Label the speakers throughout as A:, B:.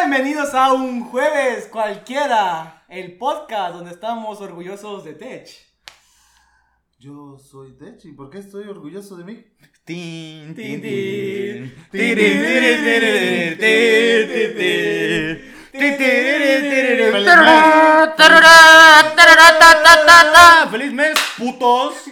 A: Bienvenidos a un jueves cualquiera, el podcast donde estamos orgullosos de Tech.
B: Yo soy Tech y ¿por qué estoy orgulloso de mí?
C: Tin,
A: Tin, tin.
C: tin, tin.
A: Tin, tin,
C: Tin, tin,
A: tin, tin, tin, tin, tin. Tin, tin, tin, tin, tin.
C: Tarara, tarara, tarara, ta, ta, ta,
B: ¡Ah!
C: ta. ¡Feliz mes, putos!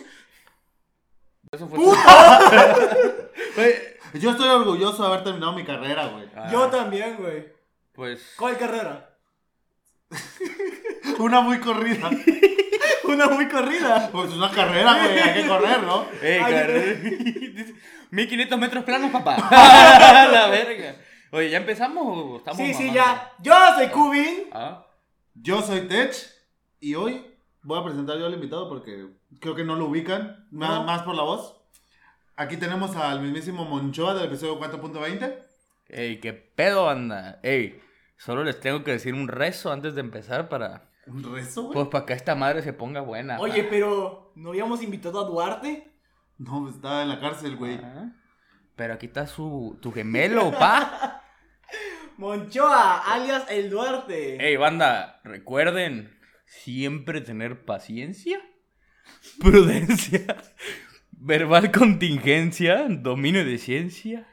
C: Eso fue Güey,
B: Yo estoy orgulloso de haber terminado mi carrera, güey.
C: Ah,
A: Yo también, güey.
C: Pues.
A: ¿Cuál carrera?
B: Una muy corrida.
A: Una muy corrida.
B: Pues una carrera, güey, hay que correr, ¿no?
C: Eh,
A: Ay,
C: car- 1500 metros planos, papá. La verga. Oye, ¿ya empezamos o estamos
A: Sí, sí,
C: mamando?
A: ya. Yo soy Cubin.
C: Ah,
B: Yo soy Tech y hoy voy a presentar yo al invitado porque creo que no lo ubican, nada
A: No.
B: más por la voz. Aquí tenemos al mismísimo Monchoa del episodio 4.20.
C: Ey, qué pedo, anda. Ey, solo les tengo que decir un rezo antes de empezar para.
B: Un rezo, güey.
C: Pues para que esta madre se ponga buena.
A: Oye, pero ¿no habíamos invitado a Duarte?
B: No, pues, está en la cárcel, güey.
C: Ah, Pero aquí está su, tu gemelo, pa.
A: Monchoa, alias el Duarte.
C: Ey, banda, recuerden siempre tener paciencia, prudencia, verbal contingencia, dominio de ciencia,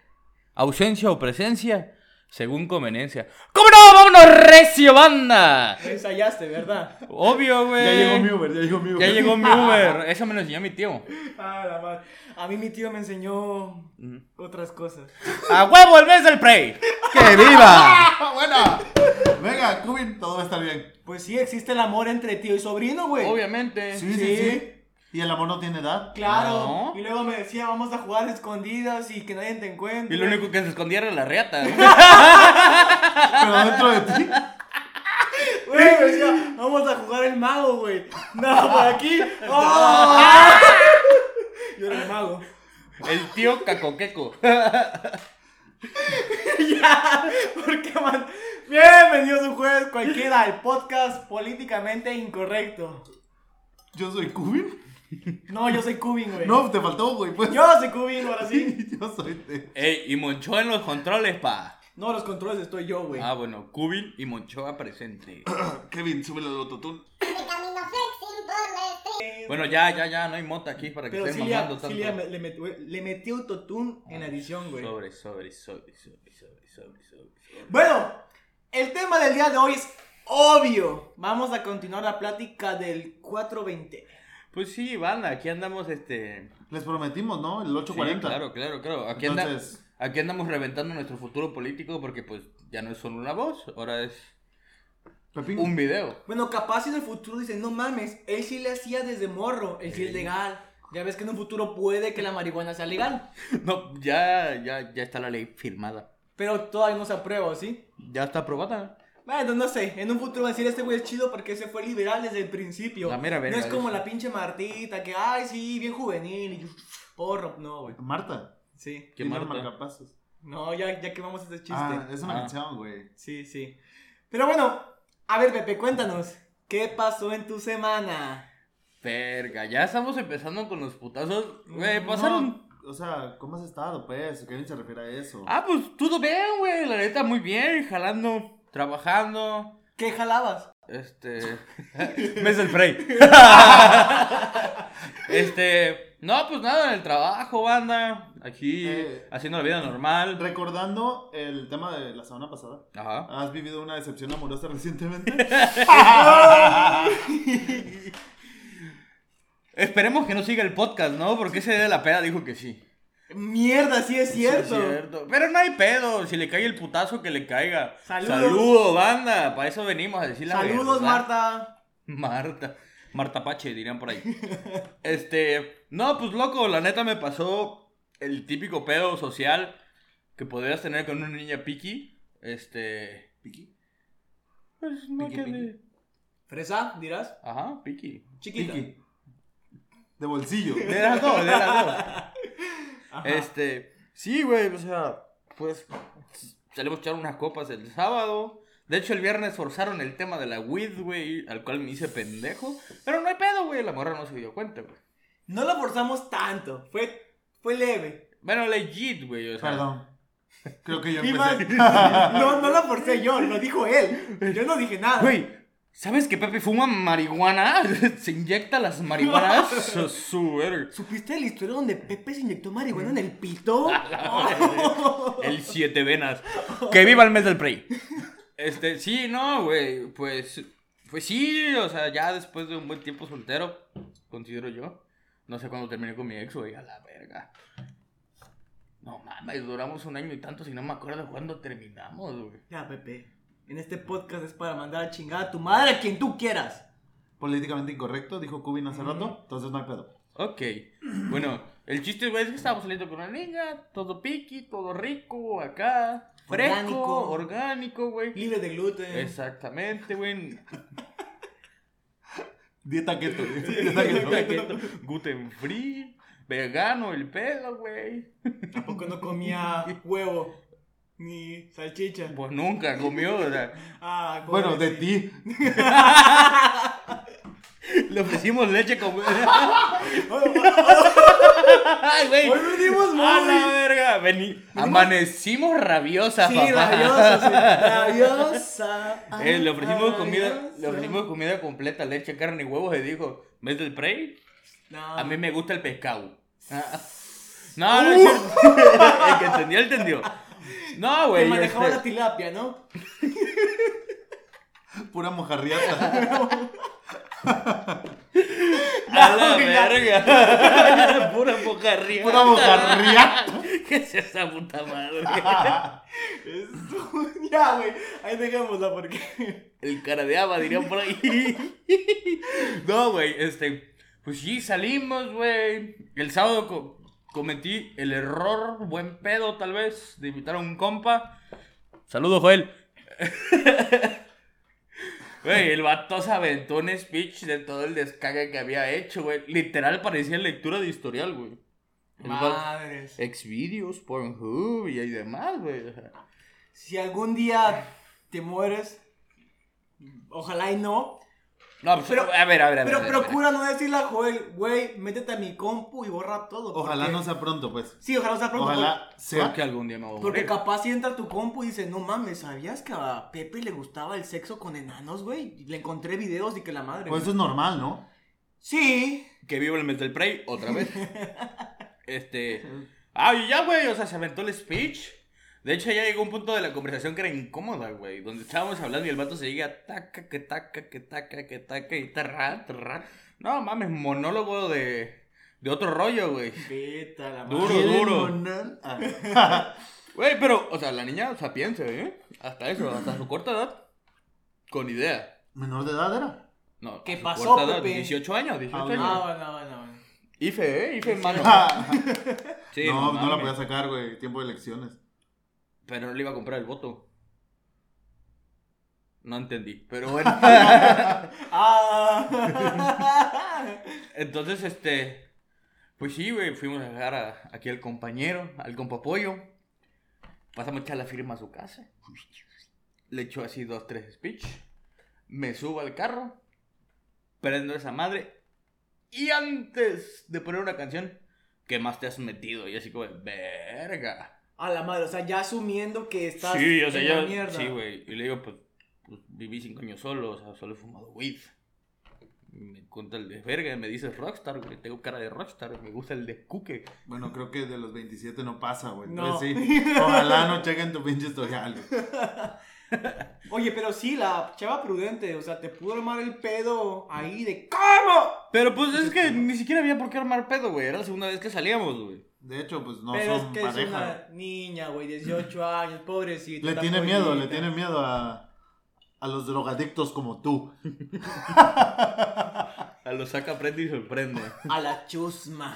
C: ausencia o presencia, según conveniencia. ¡Cómo no! ¡Vámonos, recio, banda!
A: Ensayaste, ¿verdad?
C: Obvio, güey.
B: Ya llegó mi Uber, ya llegó mi Uber.
C: Ya llegó mi Uber. Eso me lo enseñó mi tío.
A: Ah, la madre. A mí mi tío me enseñó otras cosas.
C: ¡A huevo el mes del Prey! ¡Que viva!
B: ¡Ah, buena! Venga, Cubin, todo va a estar bien.
A: Pues sí, existe el amor entre tío y sobrino, güey.
C: Obviamente.
B: Sí, sí, sí. Y el amor no tiene edad.
A: Claro.
C: No.
A: Y luego me decía, vamos a jugar escondidas y que nadie te encuentre.
C: Y lo único que se escondía era la reata.
B: Pero dentro de ti.
A: Güey, me decía, vamos a jugar el mago, güey. No, por aquí. ¡Oh! Yo era el mago.
C: El tío cacoqueco.
A: ya, porque man. Bienvenidos un jueves cualquiera al podcast políticamente incorrecto.
B: Yo soy Cubin.
A: No, yo soy Cubin, güey.
B: No, te faltó, güey. Pues.
A: Yo soy Cubin, ahora sí.
B: Yo soy de.
C: Ey, y Monchoa en los controles, pa.
A: No, los controles estoy yo, güey.
C: Ah, bueno, Cubil y Monchoa presente.
B: Kevin, súbele el autotune.
D: El camino flexing por la estrella.
C: Bueno, ya, ya, ya, no hay mota aquí para que
A: Pero sí,
C: estén
A: le,
C: mamando
A: sí
C: tanto. Ah,
A: le, le met- güey, le metí autotune en la edición, güey.
C: Sobre, sobre, sobre, sobre, sobre, sobre, sobre. sobre.
A: Bueno, el tema del día de hoy es obvio. Vamos a continuar la plática del 420.
C: Pues sí, banda, aquí andamos este.
B: Les prometimos, ¿no? El
C: Sí,
B: 840.
C: claro, claro, claro. Aquí, anda-
B: Entonces-
C: aquí andamos reventando nuestro futuro político porque pues ya no es solo una voz, ahora es
B: Pepín.
C: un video.
A: Bueno, capaz si en el futuro dicen, no mames, él sí le hacía desde morro, él sí es
C: Ey.
A: legal. Ya ves que en un futuro puede que la marihuana sea legal,
C: No, ya, ya, ya está la ley firmada.
A: pero todavía no se aprueba, ¿sí?
C: Ya está aprobada.
A: Bueno, no sé, en un futuro van a decir, este güey es chido porque se fue liberal desde el principio.
C: La mera
A: no
C: verga,
A: es como
C: dice.
A: la pinche Martita que, ay, sí, bien juvenil y yo, porro, no, güey.
B: Marta.
A: Sí.
C: ¿Qué
B: Tiene
C: Marta?
B: marcapasos.
A: No, ya, ya que vamos a ese chiste.
B: Ah, es una
C: Ah.
B: canción, güey.
A: Sí, sí. Pero bueno, a ver, Pepe, cuéntanos. ¿Qué pasó en tu semana?
C: Verga, ya estamos empezando con los putazos. Güey, pasaron
B: No, o sea, ¿cómo has estado, pues? Kevin se refiere a eso.
C: Ah, pues todo bien, güey. La neta, muy bien. Jalando, trabajando.
A: ¿Qué jalabas?
C: Este. Mes del Frey. este. No, pues nada, en el trabajo, banda. Aquí
B: Eh.
C: haciendo la vida normal.
B: Recordando el tema de la semana pasada,
C: Ajá.
B: ¿has vivido una decepción amorosa recientemente?
C: Esperemos que no siga el podcast, ¿no? Porque ese de la peda dijo que sí.
A: Mierda, sí es cierto.
C: Sí, es cierto. Pero no hay pedo. Si le cae el putazo, que le caiga.
A: Saludos.
C: Saludos, banda. Para eso venimos a decir la
A: Saludos,
C: verdad.
A: Marta.
C: Marta. Marta Pache, dirían por ahí. Este. No, pues loco, la neta me pasó el típico pedo social que podrías tener con una niña piqui. Este.
B: Piqui.
C: Pues no
B: Piqui,
C: que
B: piqui.
C: de-
A: Fresa, dirás.
C: Ajá, piqui.
A: Chiquita.
B: Piqui. De bolsillo.
C: De las dos, de las dos.
A: Ajá.
C: Este. Sí, güey, o sea, pues. Salimos a echar unas copas el sábado. De hecho, el viernes forzaron el tema de la weed, güey, al cual me hice pendejo. Pero no hay pedo, güey, la morra no se dio cuenta, güey.
A: No lo forzamos tanto. Fue, fue leve.
C: Bueno, legit, güey, o sea.
B: Perdón. Creo que yo
A: Y más,
B: empecé.
A: no, no lo forcé yo, lo dijo él. Yo no dije nada.
C: Güey, ¿sabes que Pepe fuma marihuana? Se inyecta las marihuanas. Su- su verga.
A: ¿Supiste la historia donde Pepe se inyectó marihuana en el pito?
C: El siete venas. Que viva el mes del Prey. Este, sí, no, güey. Pues, pues sí, o sea, ya después de un buen tiempo soltero, considero yo. No sé cuándo terminé con mi ex, güey, a la verga. No mames, duramos un año y tanto, si no me acuerdo cuándo terminamos, güey.
A: Ya, Pepe. En este podcast es para mandar a chingar a tu madre a quien tú quieras.
B: Políticamente incorrecto, dijo Cubin hace rato, entonces no hay pedo.
C: Ok, bueno, el chiste, güey, es que estábamos saliendo con una niña, todo piqui, todo rico, acá, fresco,
A: Orgánico.
C: orgánico, güey.
A: Libre de gluten.
C: Exactamente, güey.
B: Dieta keto. dieta keto.
C: Gluten free, vegano el pedo, güey.
A: Tampoco no comía huevo ni salchicha.
C: Pues nunca comió, o sea,
A: Ah, ¿cómo
B: Bueno, de
A: decir?
B: ti.
C: le ofrecimos leche como... Ay, güey.
A: Hoy venimos
C: A
A: muy-
C: la verga, vení. Amanecimos rabiosa,
A: Sí,
C: papá.
A: rabiosa, sí, rabiosa.
C: Eh, le ofrecimos
A: Ah,
C: comida,
A: rabiosa.
C: le ofrecimos comida completa, leche, carne y huevos y dijo, ¿ves del prey?
A: No.
C: A mí me gusta el pescado. Ah. No, no, es cierto. el que entendió, entendió. No,
A: Te
C: güey.
A: manejaba
C: este,
A: la tilapia, ¿no?
B: Pura mojarriata.
C: A la verga. Pura mojarriata.
B: Pura mojarriata.
C: ¿Qué es esa puta madre?
A: Eso, ya, güey. Ahí dejémosla porque.
C: El cara de haba, dirían por ahí. No, güey, este. Pues sí, salimos, güey. El sábado co- cometí el error, buen pedo tal vez, de invitar a un compa. Saludos, Joel. Güey, el vato se aventó un speech de todo el descarga que había hecho, güey. Literal parecía lectura de historial, güey. El vato-
A: Madres.
C: Exvideos, Pornhub y ahí demás, güey. o sea.
A: Si algún día te mueres, ojalá y no.
C: No, pues,
A: Pero-
C: a ver, a ver, a ver. a
A: Pero
C: ver, a ver.
A: procura no decirle a Joel, güey, métete a mi compu y borra todo.
B: Ojalá
A: porque-
B: no sea pronto, pues.
A: Sí, ojalá no sea pronto.
B: Ojalá sea.
C: Creo que algún día me voy a
A: Porque
C: morir.
A: capaz si entra tu compu y dice, no mames, ¿sabías que a Pepe le gustaba el sexo con enanos, güey? Y Le encontré videos y que la madre.
B: Pues eso es normal, ¿no?
A: Sí.
C: Que vivo el mes del Prey otra vez. este. Ah, y ya, güey. O sea, se aventó el speech. De hecho, ya llegó un punto de la conversación que era incómoda, güey. Donde estábamos hablando y el vato se llega taca, que taca, que taca, que taca y tarra, tarra. No mames, monólogo de. De otro rollo, güey.
A: Vete a la
C: Duro,
A: madre.
B: ¿Quieren
C: duro.
B: monar? Ah.
C: Güey, pero, o sea, la niña sapiense, ¿eh? Hasta eso, hasta su corta edad. Con idea.
B: Menor de edad era.
C: No,
A: ¿Qué
C: a su
A: pasó,
C: corta edad,
A: Pepe?
C: 18 años,
B: Ah,
C: 18
A: Ah,
C: años.
A: bueno, bueno, bueno.
C: Ife, ¿eh? Ife, hermano. Sí,
B: no, no la
C: mames.
B: podía sacar, güey. Tiempo de elecciones.
C: Pero no le iba a comprar el voto. No entendí, pero bueno.
A: Ah.
C: Entonces, este. Pues sí, güey, fuimos a dejar a- aquí al compañero, al compa Pollo. Pasamos a echar la firma a su casa. Le echo así dos, tres speech. Me subo al carro. Prendo esa madre. Y antes de poner una canción, ¿qué más te has metido? Y así como, verga.
A: A la madre, o sea, ya asumiendo que estás
C: Sí, o sea,
A: en
C: yo.
A: la mierda.
C: Sí, güey. Y le digo, pues, pues, viví cinco años solo, o sea, solo he fumado weed. Y Me cuenta el de verga, y me dice rockstar, güey. Tengo cara de rockstar, me gusta el de cuque.
B: Bueno, creo que de los 27 no pasa, güey.
A: No.
B: No. sí. Ojalá no chequen tu pinche historial, güey.
A: Oye, pero sí, la chava prudente, o sea, te pudo armar el pedo ahí de ¿Cómo?
C: Pero pues es que ni siquiera había por qué armar pedo, güey. Era la segunda vez que salíamos, güey.
B: De hecho, pues no
A: pero es
B: son
A: que es
B: pareja.
A: una niña, güey, 18 años, pobrecita.
B: Le
A: está
B: tiene miedo, le
A: jovencita.
B: tiene miedo a, a los drogadictos como tú.
C: A lo saca, prende y sorprende.
A: A la chusma.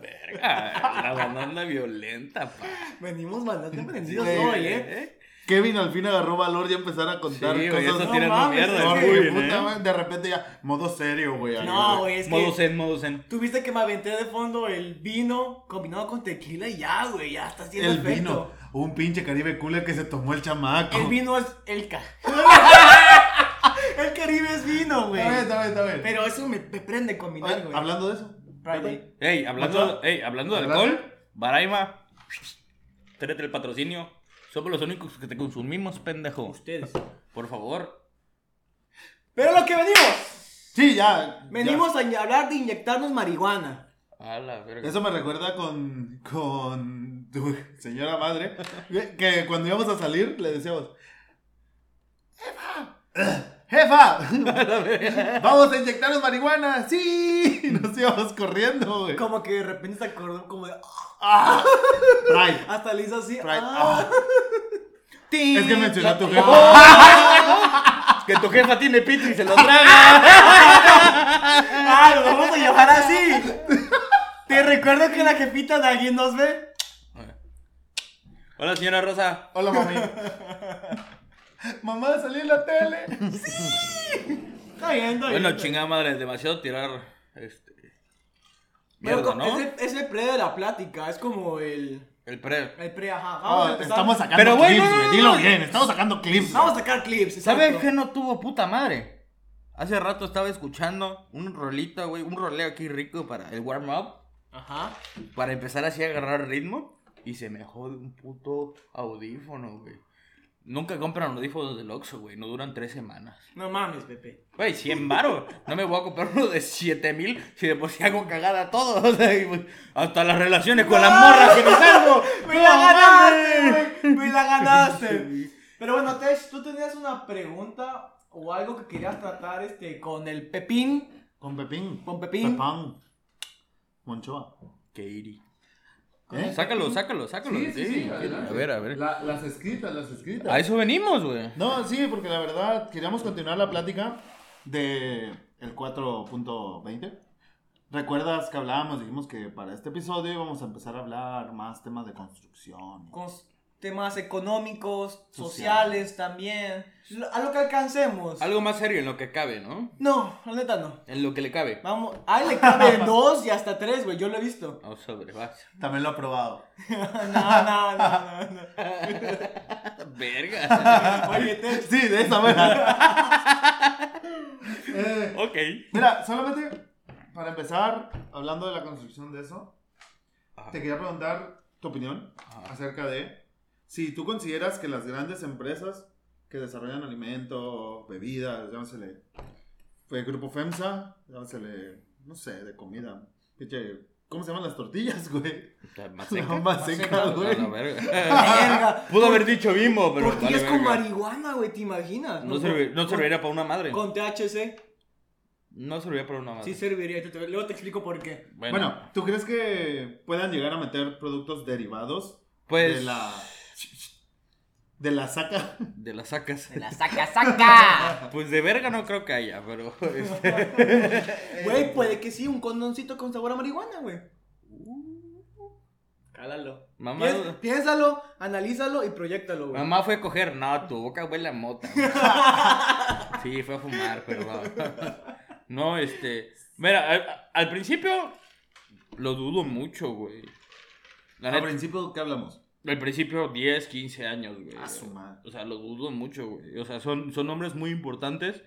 C: verga, la banana violenta, pa.
A: Venimos bastante prendidos
B: Sí,
A: hoy, ¿eh?
B: Kevin al fin agarró valor y empezar a
C: Sí,
B: contar
C: güey,
B: cosas.
C: eso
A: no
C: tiran una
A: mames,
C: mierda.
B: No,
A: es
C: güey,
B: güey,
C: ¿eh?
B: puta madre, de repente ya, modo serio, güey. ahí,
A: No, güey, es
C: Modo
A: que,
C: zen, modo zen.
A: tuviste que me aventé de fondo el vino combinado con tequila y ya, güey, ya está haciendo
B: El
A: efecto.
B: vino, un pinche Caribe cooler que se tomó el chamaco.
A: El vino es el ca. el Caribe es vino, güey.
B: Está bien, está bien, está bien.
A: Pero eso me, me prende combinar,
B: Oye,
A: güey.
B: hablando de eso,
A: Friday.
C: Ey, hablando,
B: ¿Otra?
C: ey, hablando de
B: ¿Hablando?
C: alcohol, Baraima Tírate el patrocinio. Somos los únicos que te consumimos, pendejo.
A: Ustedes.
C: Por favor.
A: Pero lo que venimos.
B: Sí, ya.
A: Venimos a hablar de inyectarnos marihuana.
C: A la verga.
B: ya. Eso me recuerda con. con. tu señora madre. Que cuando íbamos a salir le decíamos. ¡Jefa! ¡Jefa!
C: A la verga.
B: ¡Vamos a inyectarnos marihuana! ¡Sí! Y nos íbamos corriendo, güey.
A: Como que de repente se acordó como de... ah,
B: ¡Ah! Pride.
A: Hasta le hizo así.
B: Pride.
A: ah.
B: Ah. Es que mencioné a tu jefa.
C: que tu jefa tiene pito y se lo traga.
A: Ah, lo vamos a llevar así. Te recuerdo que la jefita de alguien nos ve.
C: Hola, señora Rosa.
B: Hola, mami. Mamá, salí en la tele.
A: Está bien, está bien.
C: Bueno, chingada madre, demasiado tirar. Este.
A: Pero
C: Mierda,
A: co-
C: ¿no?
A: es, el, es el pre de la plática, es como el,
C: El pre.
A: el pre, ajá. Vamos a
B: Ah,
A: empezar.
B: estamos sacando
C: Pero, güey,
B: clips,
C: no, no,
B: güey.
C: no,
B: Dilo
C: no.
B: bien, estamos sacando clips.
A: Vamos a sacar clips.
C: ¿Saben
A: exacto.
C: qué no tuvo puta madre? Hace rato estaba escuchando un rolito, güey, un roleo aquí rico para el warm-up,
A: Ajá.
C: para empezar así a agarrar ritmo, y se me jode un puto audífono, güey. Nunca compran audífonos del Oxxo, güey, no duran tres semanas.
A: No mames, Pepe.
C: Güey, 100 baros, no me voy a comprar uno de 7000 si de por sí hago cagada todo, o sea, y, güey, hasta las relaciones con las morras que me salgo.
A: ¡Me
C: ¡No
A: la
C: mames!
A: ganaste, güey! ¡Me la ganaste! Pero bueno, Tesh, tú tenías una pregunta o algo que querías tratar este, con el Pepín.
B: Con Pepín.
A: Con Pepín.
B: Pepán. Monchoa.
C: Katie.
B: ¿Eh?
C: Sácalo, sácalo, sácalo.
B: Sí, sí, sí,
C: a
B: adelante.
C: ver, a ver.
B: La- las escritas, las escritas.
C: A eso venimos, güey.
B: No, sí, porque la verdad queríamos continuar la plática de el 4.20. ¿Recuerdas que hablábamos? Dijimos que para este episodio íbamos a empezar a hablar más temas de construcción.
A: Con s- temas económicos, sociales también. Lo- A lo que alcancemos.
C: Algo más serio en lo que cabe, ¿no?
A: No, la neta no.
C: En lo que le cabe.
A: Vamos, a él le caben dos y hasta tres, güey. Yo lo he visto.
C: No sobre, vas.
B: También lo he probado.
A: No, no, no, no. no.
C: Verga.
A: Oye, Tesh.
B: Sí, de esa manera. Eh,
C: ok.
B: mira, solamente para empezar, hablando de la construcción de eso,
C: Ajá.
B: te quería preguntar tu opinión
C: Ajá.
B: acerca de si tú consideras que las grandes empresas que desarrollan alimento, bebidas, llámesele, fue Grupo FEMSA, llámesele, no sé, de comida, pinche, ¿cómo se llaman las tortillas, güey?
C: Está Más
B: La
C: seca.
B: más seca,
A: seca,
B: güey.
C: A la verga.
A: Verga.
C: Pudo haber dicho bimbo, pero.
A: Tortillas
C: vale
A: con
C: verga.
A: marihuana, güey, ¿te imaginas?
C: No, servi- no
A: con-
C: serviría para una madre.
A: Con THC,
C: No serviría para una madre.
A: sí serviría. Yo te- Luego te explico por qué.
C: Bueno,
B: Bueno, ¿tú crees que puedan llegar a meter productos derivados
C: pues.
B: de la... de la saca?
C: de las sacas.
A: la saca, saca!
C: Pues de verga no creo que haya, pero. este, eh,
B: Eh.
A: Güey, puede que sí, un condoncito con sabor a marihuana, güey. Cálalo.
C: Uh. Mamá,
A: Piéns- piénsalo, analízalo y proyectalo, güey.
C: mamá fue a coger. No, tu boca huele a mota. güey. sí, fue a fumar, perdón. no, este. Mira, al, al principio lo dudo mucho, güey. La
B: Al
C: neta,
B: principio, ¿qué hablamos?
C: al principio 10, 15 años, güey.
B: A su madre.
C: O sea, lo dudo mucho, güey. O sea, son, son hombres muy importantes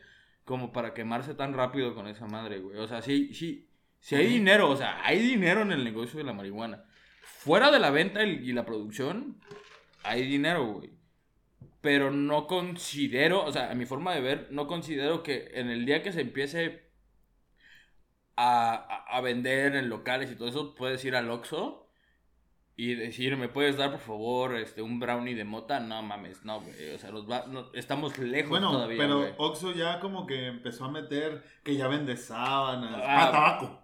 C: como para quemarse tan rápido con esa madre, güey. O sea, sí, sí, sí hay dinero, o sea, hay dinero en el negocio de la marihuana. Fuera de la venta y y la producción, hay dinero, güey. Pero no considero, o sea, a mi forma de ver, no considero que en el día que se empiece a, a- a vender en locales y todo eso, puedes ir al Oxxo y decir, ¿me puedes dar, por favor, este, un brownie de mota? No mames, no, güey. O sea, los va- no- estamos lejos
B: Bueno,
C: todavía,
B: pero
C: güey.
B: Oxxo ya como que empezó a meter que ya vende sábanas,
C: Ah,
B: ah, tabaco.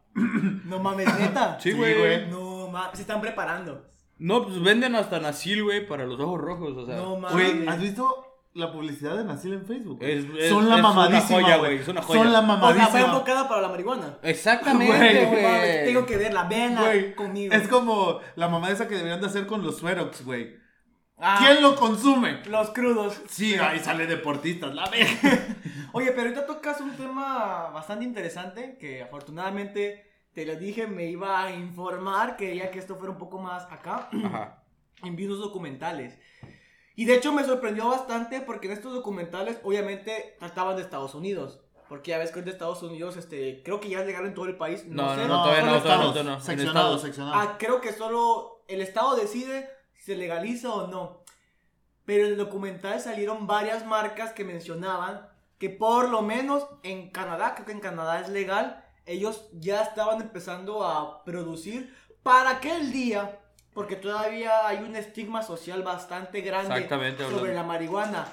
A: No mames, neta.
C: Sí,
B: sí,
C: güey.
B: güey.
A: No mames, se están preparando.
C: No, pues venden hasta Nasil, güey, para los ojos rojos, o sea.
A: No
B: Güey, ¿has
A: mames.
B: visto la publicidad de Nasil en Facebook? güey?
C: Es- es-
B: Son la
C: es una joya,
B: mamadísima,
C: güey,
B: güey.
C: es una joya.
B: Son la
A: O sea, fue
B: mamadísima.
A: enfocada para la marihuana.
C: Exactamente,
A: No mames,
C: güey.
A: Tengo que verla, véanla
B: Güey,
A: conmigo.
B: es como la mamá esa que deberían de hacer con los suerox, güey.
A: Ah,
B: ¿Quién lo consume?
A: Los crudos.
B: Sí, ahí sale deportistas, la ve.
A: Oye, pero ahorita tocas un tema bastante interesante que afortunadamente te lo dije, me iba a informar, quería que esto fuera un poco más acá.
C: Ajá.
A: en vi unos documentales. Y de hecho me sorprendió bastante porque en estos documentales obviamente trataban de Estados Unidos. Porque ya ves que en Estados Unidos, este, creo que ya es legal en todo el país. No,
C: No,
A: sé.
C: no, todavía
B: solo
C: no, todavía no,
B: estados,
C: todavía no. En
B: Seccionado,
C: estados.
B: seccionado.
A: Ah, creo que solo el Estado decide si se legaliza o no. Pero en el documental salieron varias marcas que mencionaban que por lo menos en Canadá, creo que en Canadá es legal, ellos ya estaban empezando a producir para aquel día, porque todavía hay un estigma social bastante grande
C: Exactamente,
A: sobre
C: hablando.
A: la marihuana.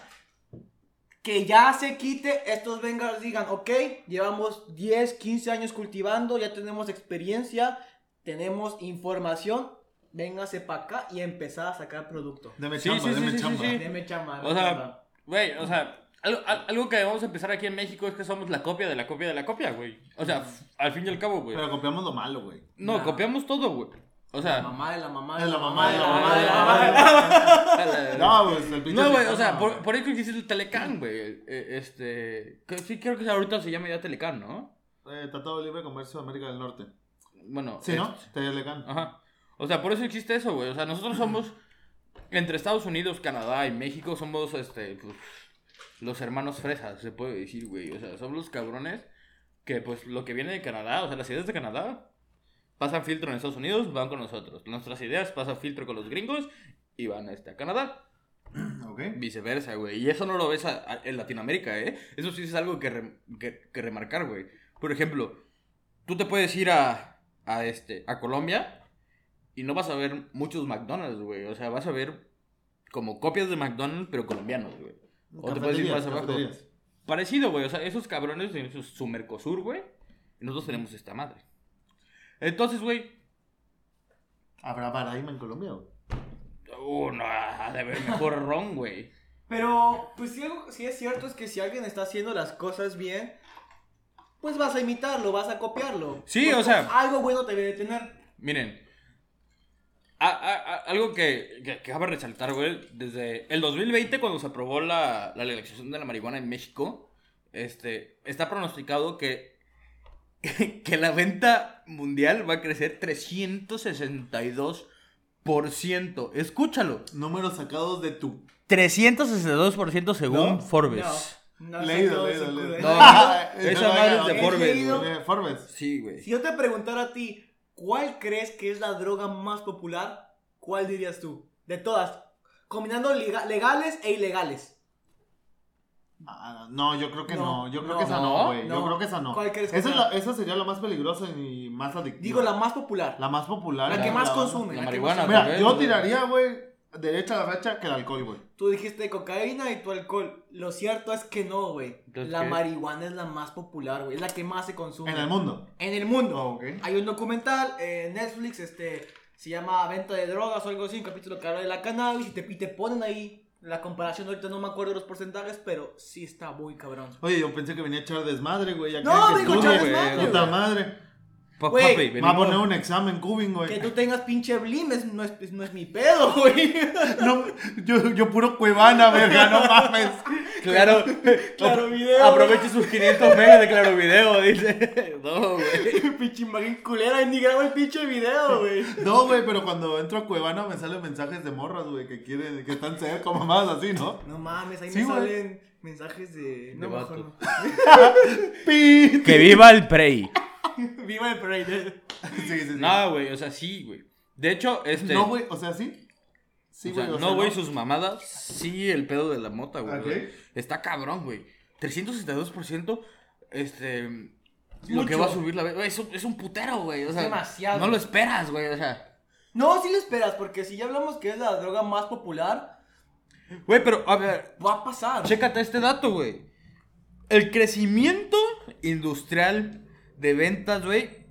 A: Que ya se quite, estos vengas digan, ok, llevamos 10, 15 años cultivando, ya tenemos experiencia, tenemos información, véngase para acá y empezar a sacar producto.
B: Deme
C: Sí,
B: chamba,
C: sí, sí,
B: deme
C: sí, sí,
B: chamba.
C: sí.
A: Deme chamba.
C: O
A: deme
C: sea,
A: chamba.
C: Güey, o sea, algo, al- algo que vamos a empezar aquí en México es que somos la copia de la copia de la copia, güey. O sea, f- al fin y al cabo, güey.
B: Pero copiamos lo malo, güey.
C: No,
A: Nah.
C: copiamos todo, güey. O sea,
A: la mamá de la mamá
B: Es la mamá, de la mamá, de la
A: mamá.
B: mamá.
C: la-
B: No, pues el pinche
C: No, güey, o
B: mexicano,
C: sea, por,
B: güey.
C: por eso existe el Telecán, güey. Eh, Este. que sí, creo que ahorita se llama ya Telecán, ¿no?
B: Eh, Tratado de Libre Comercio de América del Norte.
C: Bueno.
B: Sí, ¿no?
C: es-
B: Te elegante.
C: Ajá. O sea, por eso existe eso, güey. O sea, nosotros somos. Entre Estados Unidos, Canadá y México somos, este. pues, los hermanos fresas, se puede decir, güey. O sea, somos los cabrones que, pues, lo que viene de Canadá, o sea, las ideas de Canadá pasan filtro en Estados Unidos, van con nosotros. Nuestras ideas pasan filtro con los gringos y van este, a Canadá.
B: Ok.
C: Viceversa, güey. Y eso no lo ves a- a- en Latinoamérica, ¿eh? Eso sí es algo que, re- que, que remarcar, güey. Por ejemplo, tú te puedes ir a, a, este, a Colombia y no vas a ver muchos McDonald's, güey. O sea, vas a ver como copias de McDonald's, pero colombianos, güey. O te puedes ir
B: Cafeterías,
C: más abajo.
B: cafeterías.
C: Parecido, güey. O sea, esos cabrones tienen su, su Mercosur, güey. Y nosotros tenemos esta madre. Entonces, güey.
B: ¿Habrá Paraíba en Colombia, güey?
C: Uh, no, ha de haber mejor ron, güey.
A: Pero, pues si, algo- si es cierto es que si alguien está haciendo las cosas bien, pues vas a imitarlo, vas a copiarlo.
C: Sí,
A: Porque
C: o sea-
A: Algo bueno te debe de tener.
C: Miren, a- a- a- algo que, que, que cabe resaltar, güey, desde el 2020 cuando se aprobó la, la legalización de la marihuana en México, este, está pronosticado que, que la venta mundial va a crecer 362%. Escúchalo,
B: Números sacados de tu.
C: 362% según
B: No,
C: Forbes.
A: No, no
B: Leído,
A: sé,
B: leído,
A: no sé,
B: leído.
A: no.
C: No,
B: Eh,
C: esa
B: no,
C: madre
B: ya,
C: es de
B: ok.
A: Forbes,
B: Leído.
A: güey.
B: De Forbes.
C: Sí, güey.
A: Si yo te preguntara a ti, ¿cuál crees que es la droga más popular? ¿Cuál dirías tú? De todas, combinando liga- legales e ilegales.
B: Ah, no, yo creo que
A: No,
B: no. Yo creo
A: no,
B: que esa
C: no,
B: no, güey.
A: no.
B: Yo creo que esa no.
A: ¿Cuál crees que
B: esa, es
A: sea?
B: la- esa sería la más peligrosa y más adictiva.
A: Digo, la más popular.
B: La más popular.
A: La
B: y
A: que más
B: banda.
A: consume.
C: La marihuana, tal
B: Mira,
C: vez,
B: yo
C: güey.
B: tiraría, güey, derecha a la racha que el alcohol, güey.
A: Tú dijiste cocaína y tu alcohol. Lo cierto es que no, güey.
C: Entonces,
A: La
C: ¿qué?
A: marihuana es la más popular, güey. Es la que más se consume.
B: En el mundo.
A: En el mundo.
B: Oh, ok.
A: Hay un documental en Netflix, este, se llama Venta de Drogas o algo así, un capítulo que habla de la cannabis y te, y te ponen ahí la comparación. Ahorita no me acuerdo los porcentajes, pero sí está muy cabrón.
B: Oye, yo pensé que venía a echar desmadre, güey. ya
A: No,
B: que
A: vengo a
B: estudia,
A: echar desmadre,
B: güey. Puta
A: güey.
B: madre.
C: Pa-
A: Güey,
C: papi,
B: Va a
C: venimos-
B: poner un examen, Cubin,
A: Que
B: güey.
A: tú tengas pinche blim es- no, es, no es mi pedo, güey.
B: No, yo, yo puro cuevana, verga, no mames.
C: Claro,
A: Claro Video.
C: Aproveche sus 500 megas de claro video, dice. No, güey.
A: pinche imagen culera y ni grabo el pinche video, güey.
B: No, güey, pero cuando entro a Cuevana me salen mensajes de morras, güey, que quieren, que están cerca, mamadas así, ¿no?
A: No mames, ahí
B: Sí,
A: me
B: güey.
A: salen mensajes de. No, mejor
C: vato.
A: no.
B: ¡Pi!
C: Que viva el Prey.
A: Viva el parade.
B: Sí, sí, sí.
C: No, güey, o sea, sí, güey. De hecho, este.
B: No, güey, o sea, sí. Sí,
C: o sea,
B: güey. o sea,
C: no, güey, sus mamadas. Sí, el pedo de la mota, güey.
B: Ok.
C: Está cabrón, güey. 362%. Este. Lo que
A: Mucho.
C: va a subir la. güey, Es un, es un putero, güey. O sea,
A: Demasiado.
C: No lo esperas, güey. O sea.
A: No, sí lo esperas, porque si ya hablamos que es la droga más popular,
C: Güey, pero a ver.
A: va a pasar.
C: Chécate este dato, güey. El crecimiento industrial de ventas, güey,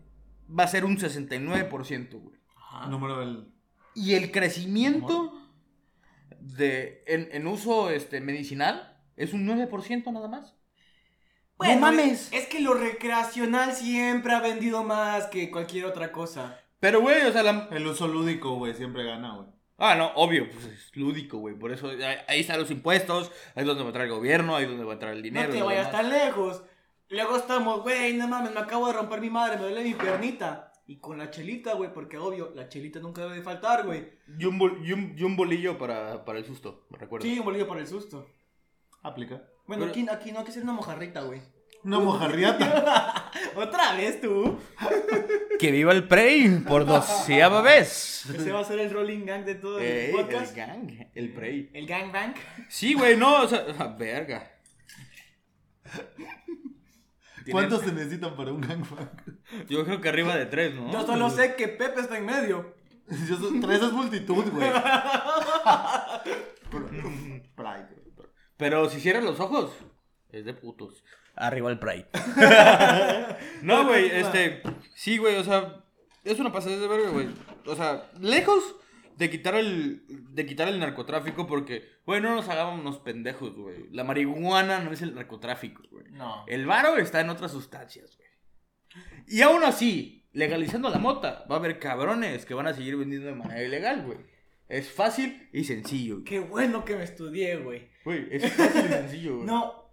C: va a ser un 69%, güey.
A: Ajá.
B: Ah. Número del.
C: Y el crecimiento de, en, en uso este, medicinal es un 9% nada más.
A: Bueno,
C: ¡No mames!
A: Es que lo recreacional siempre ha vendido más que cualquier otra cosa.
C: Pero, güey, o sea, la...
B: El uso lúdico, güey, siempre gana, güey.
C: Ah, no, obvio, pues es lúdico, güey. Por eso ahí, ahí están los impuestos, ahí es donde va a entrar el gobierno, ahí es donde va a entrar el dinero.
A: no
C: y
A: te
C: lo
A: vayas
C: demás.
A: tan lejos. Luego estamos, güey, no mames, me acabo de romper mi madre, me duele mi piernita. Y con la chelita, güey, porque obvio, la chelita nunca debe de faltar, güey.
C: Y un, bol- y un- y un bolillo para, para el susto, me recuerdo.
A: Sí, un bolillo para el susto.
B: Aplica.
A: Bueno,
C: Pero-
A: aquí, aquí no hay que ser una mojarrita, güey.
B: Una mojarriata.
A: Otra vez tú.
C: Que viva el Prey por doceava vez.
A: Ese va a ser el rolling gang de todo
C: Ey,
A: el
C: el
A: podcast.
C: gang, el Prey.
A: El gang bank.
C: Sí, güey, no, o sea, ah, verga.
B: ¿Cuántos se necesitan para un gangbang?
C: Yo creo que arriba de tres, ¿no?
A: Yo solo sé que Pepe está en medio.
B: Yo so- Tres es multitud, güey. Pride, güey.
C: Pero si cierras los ojos, es de putos. Arriba el Pride. no, güey, este. Sí, güey, o sea, es una pasada de verga, güey. O sea, lejos de quitar el de quitar el narcotráfico porque, güey, no nos hagámonos pendejos, güey. La marihuana no es el narcotráfico, güey.
A: No.
C: El varo está en otras sustancias, güey. Y aún así, legalizando la mota, va a haber cabrones que van a seguir vendiendo de manera ilegal, güey. Es fácil y sencillo,
A: Qué bueno que me estudié, güey.
C: güey. Es fácil y sencillo, güey.
A: No.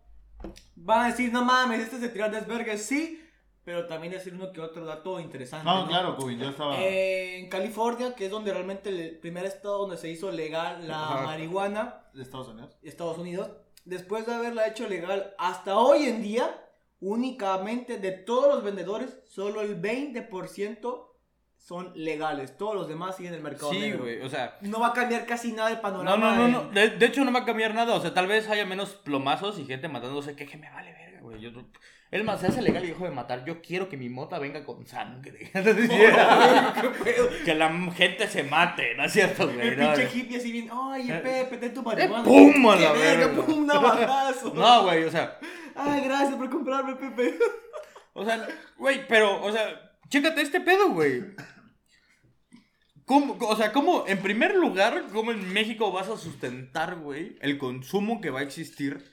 A: Van a decir, no mames, este se tirar desvergues, sí. Pero también decir uno que otro dato interesante.
B: No,
A: ¿no?
B: claro, Cubin, yo estaba.
A: Eh, En California, que es donde realmente el primer estado donde se hizo legal la
C: Ajá.
A: marihuana.
B: ¿De Estados Unidos?
A: Estados Unidos, después de haberla hecho legal hasta hoy en día, únicamente de todos los vendedores, solo el 20% son legales. Todos los demás siguen el mercado
C: Sí,
A: negro.
C: güey, o sea.
A: No va a cambiar casi nada el
C: No,
A: panorama.
C: no, no,
A: de-
C: no. De, de hecho, no va a cambiar nada. O sea, tal vez haya menos plomazos y gente matándose. Que, que me vale verga, güey. Yo, no- es más, se hace legal y dejo de matar. Yo quiero que mi mota venga con sangre.
A: ¿Qué pedo?
C: que la gente se mate, ¿no es cierto, güey?
A: El
C: No,
A: pinche
C: güey.
A: hippie así bien, ay,
C: Eh,
A: Pepe, ten tu marihuana.
C: pum, a la
A: ¡Qué verga,
C: verga!
A: pum, navajazo!
C: No, güey, o sea.
A: Ay, gracias por comprarme, Pepe.
C: O sea, güey, pero, o sea, chécate este pedo, güey. ¿Cómo, o sea, ¿cómo, en primer lugar, cómo en México vas a sustentar, güey, el consumo que va a existir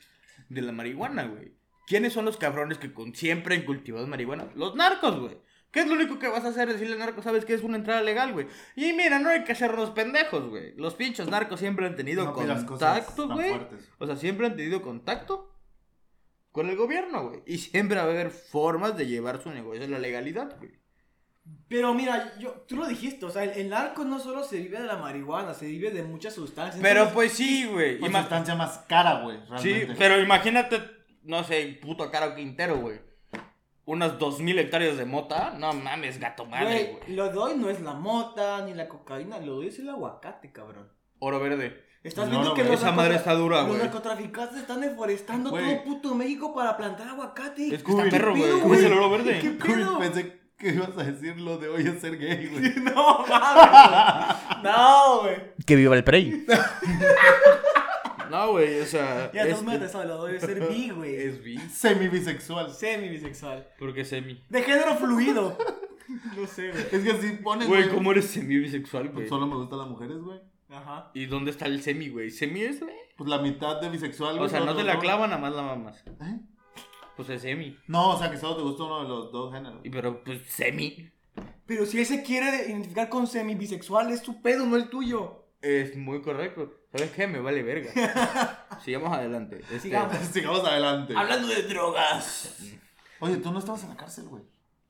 C: de la marihuana, güey? ¿Quiénes son los cabrones que con, siempre han cultivado marihuana? Los narcos, güey. ¿Qué es lo único que vas a hacer? Decirle al narco, ¿sabes que es una entrada legal, güey? Y mira, no hay que hacernos pendejos, güey. Los pinchos narcos siempre han tenido
B: No pidas cosas
C: contacto,
B: tan
C: güey.
B: fuertes.
C: O sea, siempre han tenido contacto con el gobierno, güey. Y siempre va a haber formas de llevar su negocio a la legalidad, güey.
A: Pero mira, yo, tú lo dijiste, o sea, el, el narco no solo se vive de la marihuana, se vive de muchas sustancias.
C: Pero
A: Entonces,
C: pues sí, güey.
B: Con
C: Ima-
B: sustancia más cara, güey.
C: Sí,
B: realmente.
C: pero imagínate, no sé, puto Caro Quintero, güey. Unas 2.000 hectáreas de mota. No mames, gato madre,
A: Güey,
C: güey.
A: lo de hoy no es la mota ni la cocaína, lo de hoy es el aguacate, cabrón.
C: Oro verde.
A: Estás
B: No,
A: viendo
B: no,
A: que
B: güey,
A: los,
C: esa madre
A: narcotra-
C: está dura,
A: los
C: güey.
A: narcotraficantes están deforestando
B: Güey.
A: todo puto México para plantar aguacate.
C: Es que está
B: Cubi,
C: perro,
A: ¿qué
C: güey.
A: pedo,
C: ¿Cómo es el
A: güey?
C: oro verde?
A: ¿Qué
B: Cubin,
A: pedo?
B: pensé que ibas a decir lo de hoy es ser gay, güey.
A: No, mames. güey. No, güey.
C: Que viva el prey. no, güey, o sea.
A: Ya
C: es,
A: dos metas a lo de ser bi, güey.
C: es bi.
B: Semi-bisexual.
A: Semi bisexual.
C: Porque semi.
A: De género fluido. No sé, güey.
B: Es que así ponen,
C: Güey, ¿cómo eres semi-bisexual, güey?
B: Pues Solo me gustan las mujeres, güey.
A: Ajá.
C: ¿Y dónde está el semi, güey? ¿Semi es, güey?
B: Pues la mitad de bisexual,
C: O
B: güey,
C: sea,
B: solo
C: no te
B: los
C: la
B: dos.
C: clavan, nada más la mamas.
B: ¿Eh?
C: Pues es semi.
B: No, o sea, que solo te gusta uno de los dos géneros.
C: Y pero, pues, semi
A: Pero si él se quiere identificar con semi bisexual, es su pedo, no el tuyo.
C: es muy correcto. ¿Sabes qué? Me vale verga. Sigamos adelante. Este,
A: Sigamos.
B: Sigamos adelante.
A: Hablando de drogas.
B: Oye, tú no estabas en la cárcel, güey.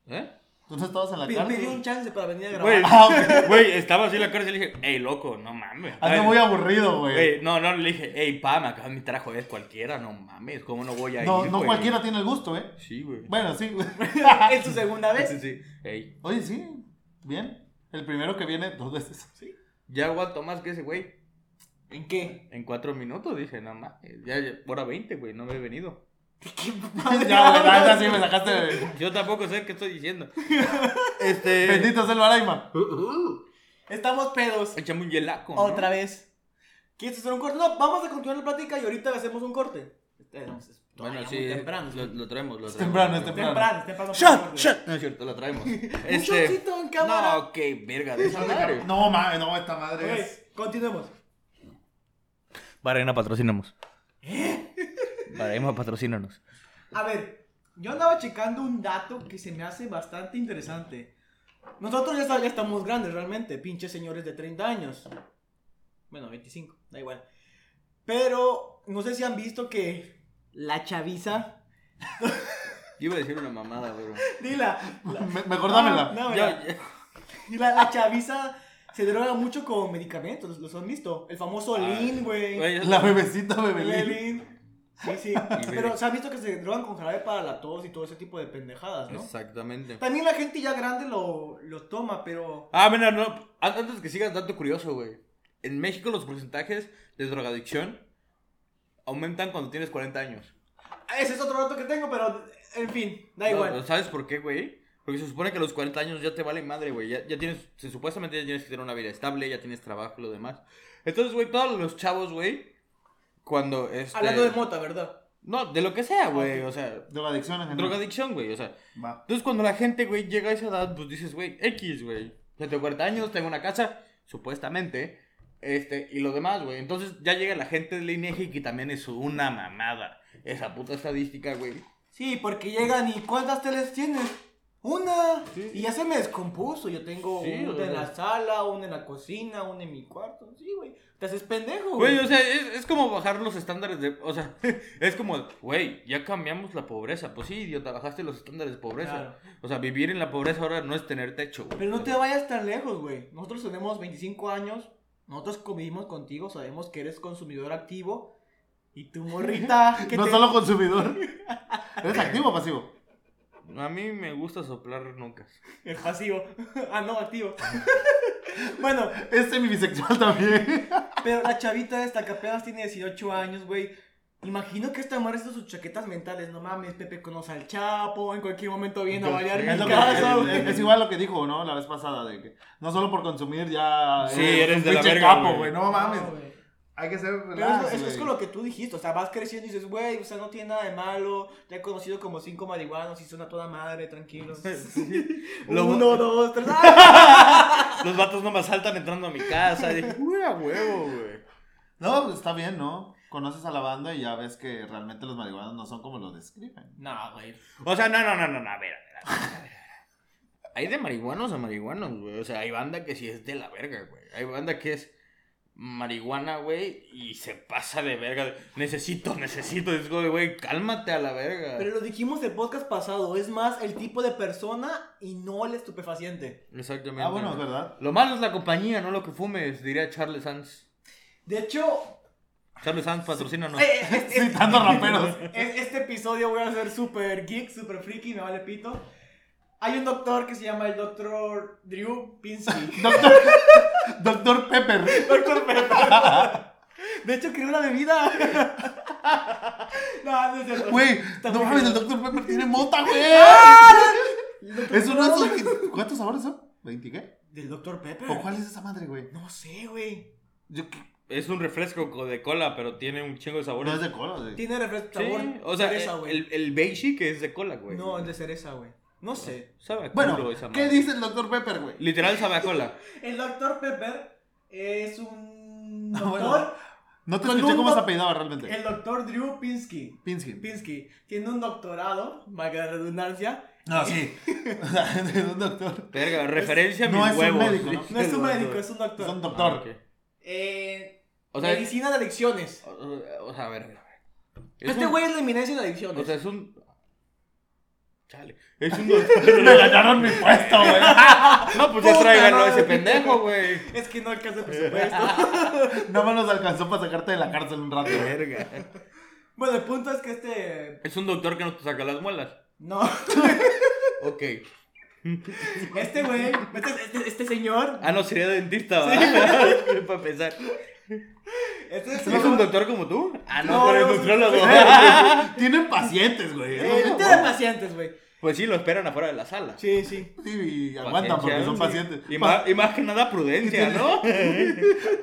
C: ¿Eh?
B: Tú no estabas en la
A: Me, me
B: cárcel.
A: dio un chance para venir a grabar.
C: Güey,
B: Ah, ok.
C: güey, estaba así en la cárcel y le dije, ey, loco, Ah, no mames.
B: Ando muy aburrido, güey.
C: Güey, no, no, le dije, ey, pa, me acaban de trajo es cualquiera, no mames, ¿cómo no voy a
B: No,
C: ir,
B: no
C: güey?
B: cualquiera tiene el gusto, ¿eh?
C: Sí, güey.
B: Bueno, sí, güey.
A: es tu segunda vez.
C: Sí, sí. Ey,
B: Oye, sí. Bien. El primero que viene dos veces. Sí.
C: ya aguanto más que ese güey.
A: ¿En qué?
C: En cuatro minutos dije, no mames, ya, ya, hora 20, güey, no me he venido.
B: ya, güey, la neta sí me sacaste. de-
C: Yo tampoco sé qué estoy diciendo. Este.
B: Bendito sea el Baraima.
A: Estamos pedos.
C: Échame un hielaco. ¿no?
A: Otra vez. ¿Quieres hacer un corte? No, vamos a continuar la plática y ahorita hacemos un corte. Eh, no, es-
C: Bueno,
A: todavía
C: sí. eh,
A: muy Temprano.
C: Lo, lo traemos, lo traemos.
B: temprano, es temprano.
A: Temprano, es temprano.
C: Shot, shot. No es cierto, lo traemos. Este...
A: shotcito en cámara.
C: No, qué verga de esa madre.
B: No, madre, no, esta madre es.
A: Ok, continuemos.
C: Varena, patrocinamos. Varena, patrocínanos.
A: A ver, yo andaba checando un dato que se me hace bastante interesante. Nosotros ya, sa- ya estamos grandes realmente, pinches señores de 30 años. Bueno, 25, da igual. Pero no sé si han visto que la chaviza...
C: Yo iba a decir una mamada, bro.
A: Dila. la-
B: Me- mejor dámela.
A: Ah, No, no, mira.
C: Ya, ya.
A: Y La, la chaviza se droga mucho con medicamentos, ¿los, los han visto? El famoso Lean, güey.
C: Ah, Güey,
B: La bebecita
A: El
B: bebelín.
A: Lean. Sí, sí.
C: Y
A: Pero
C: ve-
A: se ha visto que se drogan con jarabe para la tos y todo ese tipo de pendejadas, ¿no?
C: Exactamente.
A: También la gente ya grande lo, lo toma, pero.
C: Ah, mira, no. an- Antes que sigas, dato curioso, güey. En México los porcentajes de drogadicción aumentan cuando tienes 40 años.
A: Ese es otro dato que tengo, pero en fin, da
C: No,
A: igual.
C: ¿no ¿Sabes por qué, güey? Porque se supone que a los 40 años ya te vale madre, güey. Ya, ya tienes, se- supuestamente ya tienes que tener una vida estable, ya tienes trabajo y lo demás. Entonces, güey, todos los chavos, güey, cuando este...
A: Hablando de mota, ¿verdad?
C: No, de lo que sea, güey, o sea,
B: Drogadicción en general.
C: drogadicción, güey, o sea.
B: Va.
C: Entonces, cuando la gente, güey, llega a esa edad, pues dices, güey, X, güey. Ya tengo 40 años, tengo una casa, supuestamente, este, y lo demás, güey. Entonces, ya llega la gente del INEGI que también es una mamada. Esa puta estadística, güey.
A: Sí, porque llegan y ¿cuántas teles tienes? Una.
C: Sí.
A: Y ya se me descompuso. Yo tengo
C: Sí,
A: una
C: güey.
A: en la sala, una en la cocina, una en mi cuarto. Sí, güey. Te haces pendejo, güey.
C: Güey, o sea, es, es como bajar los estándares de. O sea, es como, güey, ya cambiamos la pobreza. Pues sí, idiota, bajaste los estándares de pobreza.
A: Claro.
C: O sea, vivir en la pobreza ahora no es tener techo, güey.
A: Pero no te vayas tan lejos, güey. Nosotros tenemos 25 años. Nosotros convivimos contigo. Sabemos que eres consumidor activo. Y tu morrita. que
B: No
A: te-
B: solo consumidor. ¿Eres activo o pasivo?
C: A mí me gusta soplar nunca.
A: El pasivo. ah, no, activo. bueno,
B: Es semibisexual también.
A: pero la chavita esta que apenas tiene 18 años, güey. Imagino que esta madre está sus chaquetas mentales. No mames, Pepe conoce al Chapo. En cualquier momento viene a
C: Entonces,
A: bailar
C: es
A: mi
B: Es, lo que-
A: casa,
B: es-
A: güey.
B: es igual lo que dijo, ¿no? La vez pasada, de que no solo por consumir ya.
C: Sí,
B: un
C: eres de la
B: pinche
C: verga,
B: capo,
C: güey.
B: güey. No mames.
A: No, güey.
B: Hay que ser
A: Pero es-
B: relax,
A: es, es
B: güey.
A: con lo que tú dijiste, o sea, vas creciendo y dices, güey, o sea, no tiene nada de malo, ya he conocido como cinco marihuanos y son a toda madre, tranquilos.
C: Lo-
A: Uno, dos, tres, ¡ah!
C: Los vatos no me asaltan entrando a mi casa. Dije, güey, a huevo, güey.
B: No, pues, está bien, ¿no? Conoces a la banda y ya ves que realmente los marihuanos no son como lo describen.
A: No, güey.
C: O sea, no, no, no, no, no, a ver, a ver. a ver, a ver. Hay de marihuanos a marihuanos, güey. O sea, hay banda que sí es de la verga, güey. Hay banda que es marihuana, güey, y se pasa de verga. Necesito, necesito. Es como, güey, cálmate a la verga.
A: Pero lo dijimos el podcast pasado, es más el tipo de persona y no el estupefaciente.
C: Exactamente.
B: Ah, bueno, es verdad.
C: Lo malo es la compañía, no lo que fumes, diría Charles Sanz.
A: De hecho,
C: Charles Sanz, patrocínanos.
A: eh, es- es-
B: Citando raperos.
A: es- este episodio voy a ser super geek, super freaky, me vale pito. Hay un doctor que se llama el doctor Drew Pinsky.
B: Doctor, Doctor Pepper.
A: Doctor Pepper. De hecho, creó una bebida. no, no es cierto.
B: Güey,
A: Está
B: no
A: muy
B: mames, el
A: bien.
B: Doctor Pepper tiene mota, güey.
A: El Dr.
B: Es uno de
A: Pepper.
B: esos. ¿Cuántos sabores son? ¿20 qué?
A: ¿Del Doctor Pepper?
B: ¿O cuál es esa madre, güey?
A: No sé, güey.
B: Yo qué-
C: Es un refresco co- de cola, pero tiene un chingo de
B: No es
C: sabores.
B: de cola, güey.
A: Tiene refresco sabor.
C: Sí, o sea,
A: cereza, güey.
C: el, el Beishi que es de cola, güey.
A: No, es de cereza, güey. No sé.
C: Sabe a culo esa
B: Bueno, ¿qué
C: madre.
B: dice el Doctor Pepper, güey?
C: Literal sabe a cola.
B: Ah.
A: El Doctor Pepper es un
B: Ah, bueno.
A: doctor.
B: No te
A: Con
B: escuché
A: un
B: cómo se
A: doc-
B: apellidaba realmente.
A: El Doctor Drew Pinsky.
B: Pinsky.
A: Pinsky tiene un doctorado, valga la redundancia.
B: No, sí. De un doctor.
C: Verga, referencia a mis
B: no es un
C: huevos.
B: médico, ¿no?
A: No es un médico, es un doctor.
B: Es un
C: Ah,
B: doctor.
C: ok.
A: Eh,
C: O sea,
A: medicina de adicciones.
C: o- o- o sea, a ver. a ver. Es
A: Este
C: un-
A: güey es la eminencia de adicciones.
C: O sea, es un. Chale. Es un doctor.
B: Me ganaron mi puesto, güey.
C: no, pues ya
A: Puta
C: tráiganlo a
A: madre.
C: ese pendejo, güey.
A: Es que no alcanza el presupuesto.
B: No me nos alcanzó para sacarte de la cárcel un rato. güey.
C: Verga.
A: bueno, el punto es que este.
C: Es un doctor que no te saca las muelas.
A: No,
C: Ok.
A: este güey, este, este- este señor.
C: Ah, no, sería dentista, ¿verdad? Para pensar.
A: Este
C: ¿Es un doctor como tú? Ah, no,
A: No,
C: pero
A: no,
C: el nutrólogo.
B: Tienen pacientes, güey.
A: Eh, no tiene pacientes, güey.
C: Pues sí, lo esperan afuera de la sala.
A: Sí, sí.
B: Sí, y aguantan porque son
C: Paciencia,
B: pacientes.
C: Y,
B: Pa-
C: más, y más que nada prudencia, ¿no?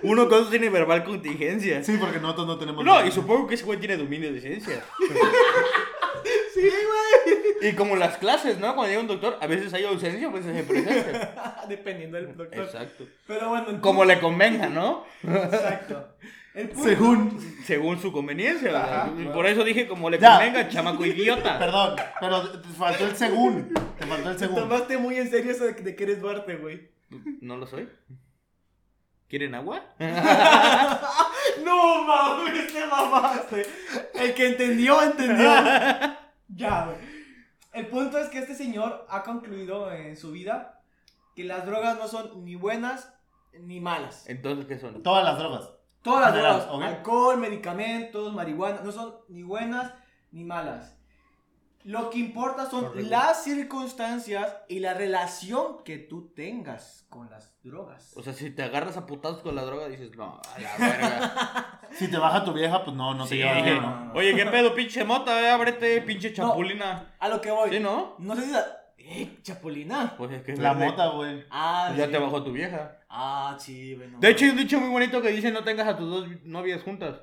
C: Uno con eso tiene verbal contingencia.
B: Sí, porque nosotros no tenemos.
C: No, y supongo que ese güey tiene dominio de ciencia.
A: Sí, güey.
C: Y como en las clases, ¿no? Cuando llega un doctor, a veces hay ausencia, a veces hay presencia.
A: Dependiendo del doctor.
C: Exacto.
A: Pero bueno, el
C: Como le convenga, ¿no?
A: punto- Exacto. El punto.
B: Según.
C: Según su conveniencia.
B: Ajá,
C: ¿verdad?
B: claro.
C: Por eso dije como le
B: Ya.
C: convenga, chamaco idiota.
B: Perdón, pero te faltó el según. Te faltó el según.
A: Tomaste muy en serio eso de que, de que eres Duarte, güey.
C: No lo soy. ¿Quieren agua?
B: Eh.
A: No mames, te mamaste. El que entendió, entendió. Ya, güey. El punto es que este señor ha concluido en su vida que las drogas no son ni buenas ni malas.
C: Entonces, ¿qué son?
B: Todas las drogas.
A: Todas las
B: General,
A: drogas,
B: ok.
A: alcohol, medicamentos, marihuana, no son ni buenas ni malas. Lo que importa son
C: Correcto.
A: las circunstancias y la relación que tú tengas con las drogas.
C: O sea, si te agarras a putazos con la droga, dices, no, a la verga.
B: Si te baja tu vieja, pues no, no
C: Sí,
B: te llevas
C: dije,
B: bien,
A: no,
B: ¿no?
A: no.
C: Oye, qué pedo, pinche mota, eh, ábrete, pinche champulina.
A: a lo que voy.
C: ¿Sí, no?
A: No sé si la... ¡Eh, Chapulina!
C: Pues es que
B: La
C: verde.
B: mota, güey.
A: Ah,
C: Ya
A: sí.
C: te bajó tu vieja.
A: Ah, sí, bueno.
C: De hecho, hay un dicho muy bonito que dice: No tengas a tus dos novias juntas.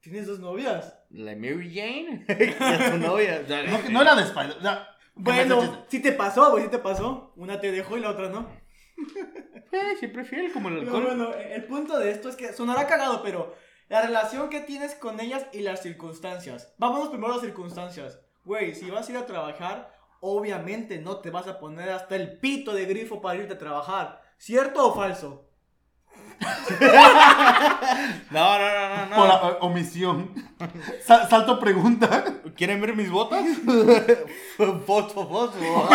A: ¿Tienes dos novias?
C: La Mary Jane y a tu novia.
B: No, que- no era de Spider. o sea, que me hace
A: Bueno,
B: chiste.
A: sí te pasó, güey, sí te pasó. Una te dejó y la otra no.
C: Eh, siempre fiel, como el
A: Pero
C: alcohol.
A: bueno, el punto de esto es que sonará cagado, pero la relación que tienes con ellas y las circunstancias. Vámonos primero a las circunstancias. Güey, si vas a ir a trabajar, obviamente no te vas a poner hasta el pito de grifo para irte a trabajar. ¿Cierto o falso?
C: No, no, no, no. no.
B: Por la- omisión. Sa- salto pregunta.
C: ¿Quieren ver mis botas? Fosfo, fosfo.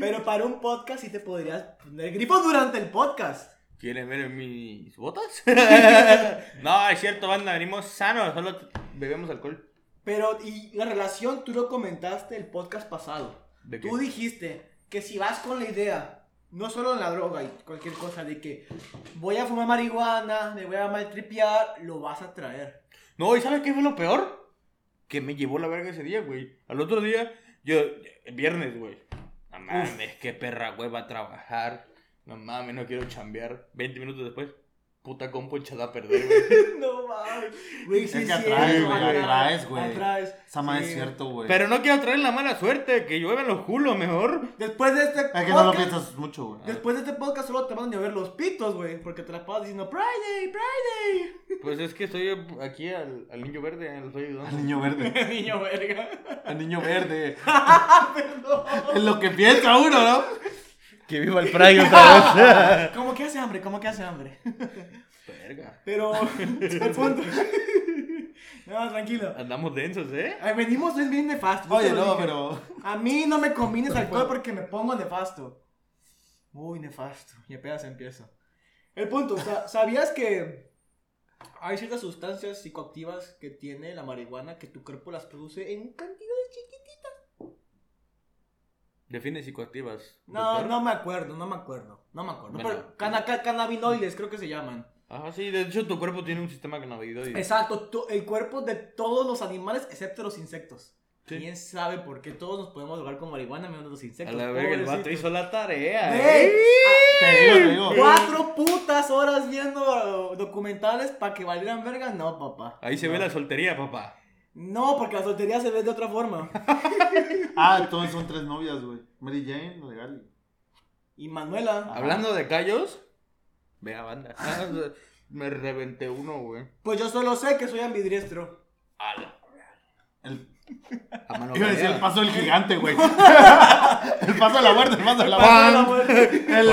A: Pero para un podcast sí te podrías poner grifo durante el podcast.
C: ¿Quieren ver mis botas? no, es cierto, banda, venimos sanos, solo bebemos alcohol.
A: Pero, y la relación, tú lo comentaste el podcast pasado.
C: ¿De qué?
A: Tú dijiste que si vas con la idea, no solo en la droga y cualquier cosa, de que voy a fumar marihuana, me voy a maltripear, lo vas a traer.
C: No, ¿y sabes qué fue lo peor? Que me llevó la verga ese día, güey. Al otro día, yo, el viernes, güey. No mames, qué perra, güey, va a trabajar. No mames, no quiero chambear. 20 minutos después, puta compo echada a perder, güey.
A: no mames. Güey, sí
B: Es que
A: es
B: atraes,
A: cierto,
B: güey, atraes, güey.
A: atraes.
B: Esa madre
A: Sí.
B: es cierto, güey.
C: Pero no quiero traer la mala suerte, que lluevan los culos mejor.
A: Después de este
B: Es
A: podcast,
B: que no lo piensas mucho, güey.
A: después de este podcast solo te van a ver los pitos, güey, porque te la pasas diciendo Friday, Friday.
C: Pues es que estoy aquí al, al niño verde, eh, lo estoy
B: Al
C: ayudando.
B: niño verde.
A: Niño verga. Ah,
B: Al niño verde.
A: Perdón.
B: Es lo que piensa uno, ¿no?
C: Que viva el Pride otra vez.
A: ¿Cómo que hace hambre? ¿Cómo que hace hambre?
C: Verga.
A: Pero el punto. no, tranquilo.
C: Andamos densos, ¿eh?
A: Ay, venimos es bien nefasto. yo
B: Oye,
A: te lo
B: no,
A: dije.
B: pero.
A: A mí no me combines alcohol porque me pongo nefasto. Uy, nefasto. Y apenas empiezo. El punto, sa- ¿sabías que hay ciertas sustancias psicoactivas que tiene la marihuana que tu cuerpo las produce en cantidades chiquitas?
C: Define psicoactivas.
A: No,
C: doctor.
A: no me acuerdo, no me acuerdo. No me acuerdo.
C: Bueno.
A: Pero cana- ca- cannabinoides creo que se llaman.
C: Ah, sí, de hecho tu cuerpo tiene un sistema cannabinoide.
A: Exacto, tu- el cuerpo de todos los animales excepto los insectos.
C: Sí.
A: ¿Quién sabe por qué todos nos podemos drogar con marihuana menos los
C: A
A: insectos?
C: la verga, el vato
A: Pobrecitos.
C: hizo la tarea.
A: Güey, ah,
C: ¿eh?
B: Te digo, te digo.
A: Cuatro putas horas viendo documentales para que valieran verga. No, papá.
C: Ahí se ve la soltería, papá.
A: No, porque la soltería se ve de otra forma.
B: Ah, entonces son tres novias, güey. Mary Jane, la de Gali.
A: Y Manuela,
C: Hablando de callos, vea banda. Ah, Me reventé uno, güey.
A: pues yo solo sé que soy ambidiestro.
C: A Ah, la-
B: El-
C: a mano
B: Iba a decir el
C: variada.
B: paso del gigante, güey. el paso de la muerte, el paso de la
A: Paso de la
B: muerte.
A: muerte.
B: El,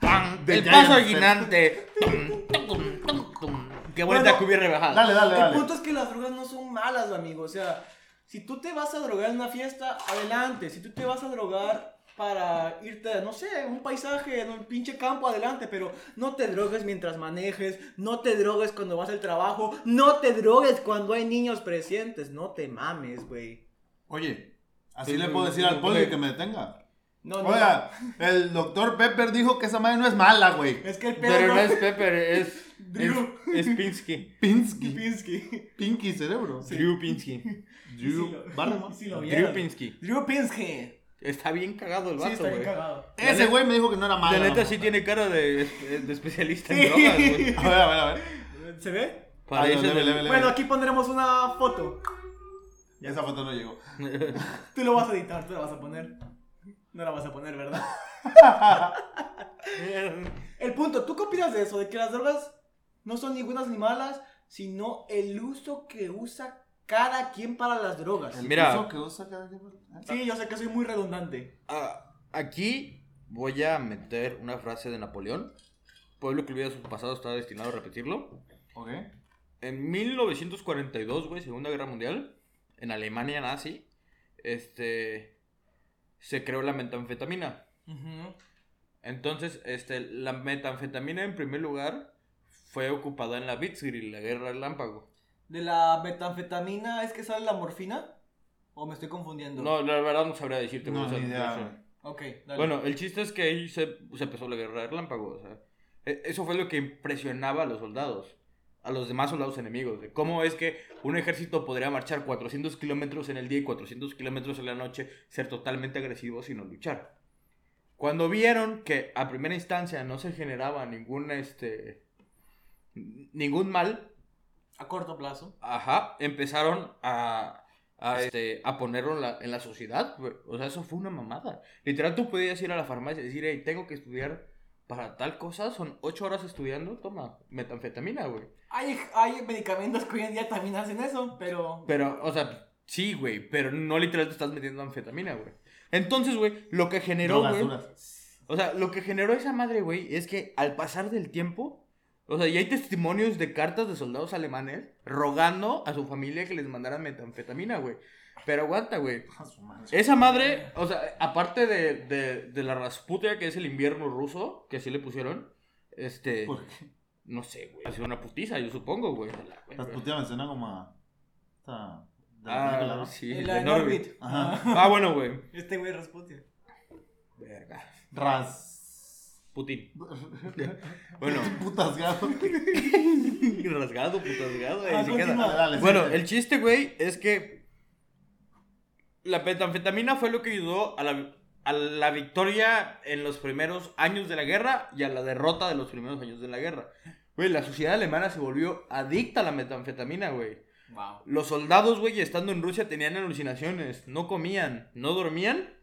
C: ¡Pam!
B: de
C: El
B: Giant
C: paso
B: Step.
C: gigante. Tum, tum, tum, tum. Qué bonita
A: Bueno,
C: que hubiera rebajado.
B: dale, dale,
A: El
B: dale.
A: punto es que las drogas no son malas, amigo. O sea, si tú te vas a drogar en una fiesta, adelante. Si tú te vas a drogar para irte, no sé, un paisaje, en un pinche campo, adelante. Pero no te drogues mientras manejes, no te drogues cuando vas al trabajo, no te drogues cuando hay niños presentes. No te mames, güey.
B: Oye, así
C: Sí,
B: le
C: güey,
B: puedo decir
C: sí,
B: al
C: güey.
B: poli que me detenga.
A: No, no.
B: Oiga, el doctor Pepper dijo que esa madre no es mala, güey.
A: Es que el pedo
C: Pero
A: no-
C: no es Pepper, es.
A: Drew.
C: Es, es Pinsky.
B: Pinsky.
A: Pinsky.
B: Pinky cerebro.
C: Drew Pinsky.
A: Sí,
B: Drew
A: lo-
B: Barrymore.
A: sí lo
C: Drew
A: vieron.
C: Pinsky.
A: Drew Pinsky.
C: Está bien cagado el
A: Sí,
C: vato,
A: está bien
C: güey.
A: cagado.
B: Ese güey me dijo que Ah, no era malo.
C: La neta sí tiene cara de, de especialista
A: Sí.
C: en drogas, güey.
B: A ver, a ver, a ver.
A: ¿Se ve?
C: Parece
B: leve,
C: del-
B: leve, leve.
A: Bueno, aquí pondremos una foto.
B: Esa foto no llegó.
A: Tú lo vas a editar, tú la vas a poner. No la vas a poner, ¿verdad? El punto, ¿tú qué opinas de eso? De que las drogas no son ni buenas ni malas, sino el uso que usa cada quien para las drogas.
B: El
C: Mira.
B: uso que usa cada quien.
A: Sí, yo sé que soy muy redundante.
C: Ah, aquí voy a meter una frase de Napoleón. Pueblo que olvida su pasado está destinado a repetirlo.
B: Ok.
C: En 1942, güey, Segunda Guerra Mundial, en Alemania nazi, este, se creó la metanfetamina. Entonces, este, la metanfetamina en primer lugar fue ocupada en la Blitzkrieg, la guerra relámpago.
A: ¿De la metanfetamina es que sale la morfina? ¿O me estoy confundiendo?
C: No, la verdad no sabría decirte.
B: No,
C: güey, o sea,
B: ni idea,
C: no sé.
B: güey.
A: Ok, dale.
C: Bueno, el chiste es que ahí se, se empezó la guerra de relámpago. O sea, e- eso fue lo que impresionaba a los soldados, a los demás soldados enemigos. De cómo es que un ejército podría marchar 400 kilómetros en el día y 400 kilómetros en la noche, ser totalmente agresivo sin no luchar. Cuando vieron que a primera instancia no se generaba ningún, este, ningún mal,
A: A corto plazo.
C: Ajá, empezaron a, a, este, a ponerlo en la, en la sociedad. güey. O sea, eso fue una mamada. Literal, tú podías ir a la farmacia y decir, hey, tengo que estudiar para tal cosa. Son ocho horas estudiando. Toma, metanfetamina, güey.
A: Hay, hay medicamentos que hoy en día también hacen eso, pero...
C: Pero, o sea, sí, güey. Pero no literal te estás metiendo anfetamina, güey. Entonces, güey, lo que generó,
B: Drogas
C: güey.
B: duras.
C: O sea, lo que generó esa madre, güey, es que al pasar del tiempo, o sea, y hay testimonios de cartas de soldados alemanes rogando a su familia que les mandaran metanfetamina, güey. Pero aguanta, güey.
B: Ah, su madre.
C: Esa madre, o sea, aparte de, de, de la rasputia, que es el invierno ruso, que así le pusieron, este,
B: ¿Por qué?
C: no sé, güey. Ha sido una putiza, yo supongo, güey.
B: Las puteadas me suena como a. esta- de la película,
C: Ah,
B: ¿no?
C: sí,
A: el
C: de
A: en
C: Norbit.
A: Orbit.
B: Ajá.
C: Ah, bueno, güey.
A: Este güey Rasputin.
C: Verga.
B: Ras.
C: Putin. Bueno,
B: Putas gato.
C: rasgado, putasgado.
A: Ah,
C: Ahí se queda.
A: continúa.
C: Bueno, el chiste, güey, es que la metanfetamina fue lo que ayudó a la, a la victoria en los primeros años de la guerra y a la derrota de los primeros años de la guerra. Güey, la sociedad alemana se volvió adicta a la metanfetamina, güey.
A: Wow.
C: Los soldados, güey, estando en Rusia tenían alucinaciones, no comían, no dormían.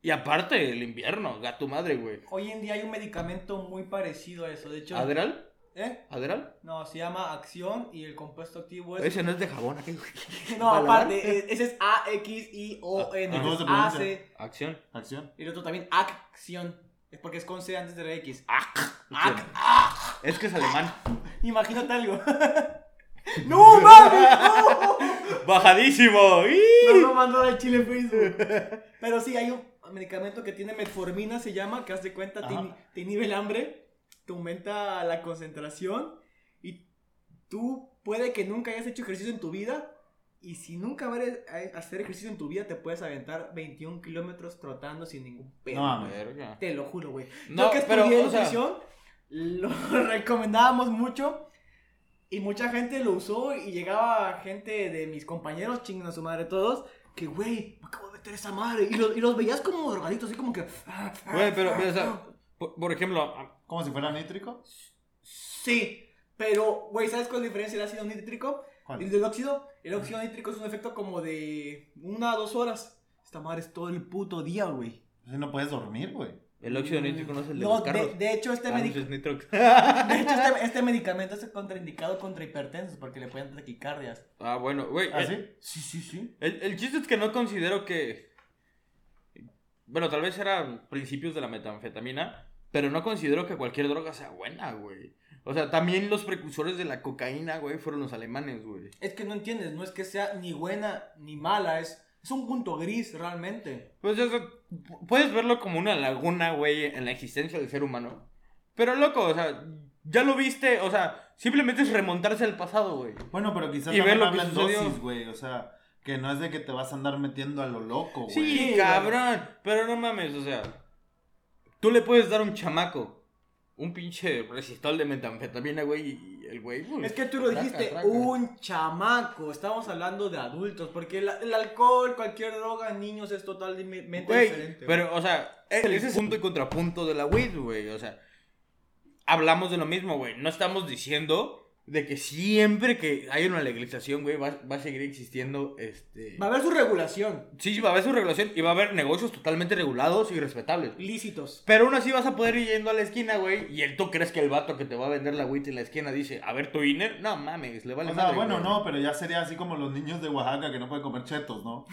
C: Y aparte, el invierno, gato madre, güey.
A: Hoy en día hay un medicamento muy parecido a eso. De hecho,
C: ¿Adral?
A: ¿eh?
C: ¿Adral?
A: No, se llama acción y el compuesto activo es.
C: Ese no es de jabón, aquel, güey.
A: No,
C: ¿Para lavar?
A: aparte, e- ese es A-X-I-O-N.
B: Ah, ¿cómo
A: es
B: se
A: A,
B: pronuncia?
A: C.
C: Acción.
B: Acción.
A: Y el otro también, acción. Es porque es con C antes de la X. Ah,
C: Acción. Es que es alemán.
A: Imagínate algo. ¡No, mami!
C: Bajadísimo. ¡Ih!
A: No lo mandó al Chile en Facebook. Pero sí, hay un medicamento que tiene metformina, se llama, que haz de cuenta, te,
B: Ajá.
A: ini- te inhibe el hambre, te aumenta la concentración y tú puede que nunca hayas hecho ejercicio en tu vida y si nunca vas a eh, hacer ejercicio en tu vida te puedes aventar 21 kilómetros trotando sin ningún pedo.
B: No mames.
C: Verga.
A: Te lo juro, güey.
C: No,
A: Yo que
C: pero,
A: estudié
C: o sea-
A: nutrición, lo recomendábamos mucho. Y mucha gente lo usó y llegaba gente de mis compañeros, chingan a su madre todos, que güey, me acabo de meter esa madre. Y los, y los veías como drogaditos, así como que. ah, ah,
C: Güey, pero, pero, o sea,
A: ah.
C: por, por ejemplo, a-
B: Como si fuera nítrico.
A: Sí, pero güey, ¿sabes cuál es la diferencia del ácido nítrico?
B: ¿Cuál?
A: El del óxido, el óxido nítrico es un efecto como de una o dos horas. Esta madre es todo el puto día, güey.
B: Así no puedes dormir, güey.
C: el óxido nítrico no es el de
A: No,
C: los carros.
A: de hecho, este
C: Ah, no,
A: médico.
C: ese es nitrox.
A: De hecho, este, este medicamento es contraindicado contra hipertensos porque le pueden taquicardias.
C: Ah, bueno, güey.
B: ¿Ah,
C: eh,
B: sí?
A: Sí, sí, sí.
C: El, el chiste es que no considero que. Bueno, tal vez eran principios de la metanfetamina, pero no considero que cualquier droga sea buena, güey. O sea, también los precursores de la cocaína, güey, fueron los alemanes, güey.
A: Es que no entiendes, no es que sea ni buena ni mala, es, es un punto gris realmente.
C: Pues o sea, puedes verlo como una laguna, güey, en la existencia del ser humano. Pero loco, o sea, ya lo viste, o sea, simplemente es remontarse al pasado, güey.
B: Bueno, pero quizás
C: Y
B: también
C: ver lo que
B: hablan
C: sucedió.
B: dosis, güey. O sea, que no es de que te vas a andar metiendo a lo loco, güey.
C: Sí,
A: güey.
C: cabrón. Pero no mames, o sea. Tú le puedes dar a un chamaco un pinche resistol de metanfetamina, güey, y el güey. pues,
A: Es que tú lo
C: traca,
A: dijiste,
C: traca.
A: un chamaco, estamos hablando de adultos, porque el, el alcohol, cualquier droga, niños es totalmente
C: Güey,
A: diferente. güey.
C: pero, o sea, ese es el punto y contrapunto de la weed, güey. O sea, hablamos de lo mismo, güey. No estamos diciendo de que siempre que hay una legalización, güey, va, va a seguir existiendo este.
A: Va a haber su regulación,
C: Sí, sí, va a haber su regulación y va a haber negocios totalmente regulados y respetables.
A: lícitos.
C: Pero aún así vas a poder ir yendo a la esquina, güey. Y el tú crees que el vato que te va a vender la weed en la esquina dice, a ver tu INER. No mames, le vale
B: O sea,
C: madre,
B: bueno,
C: güey.
B: no, pero ya sería así como los niños de Oaxaca que no pueden comer chetos, ¿no?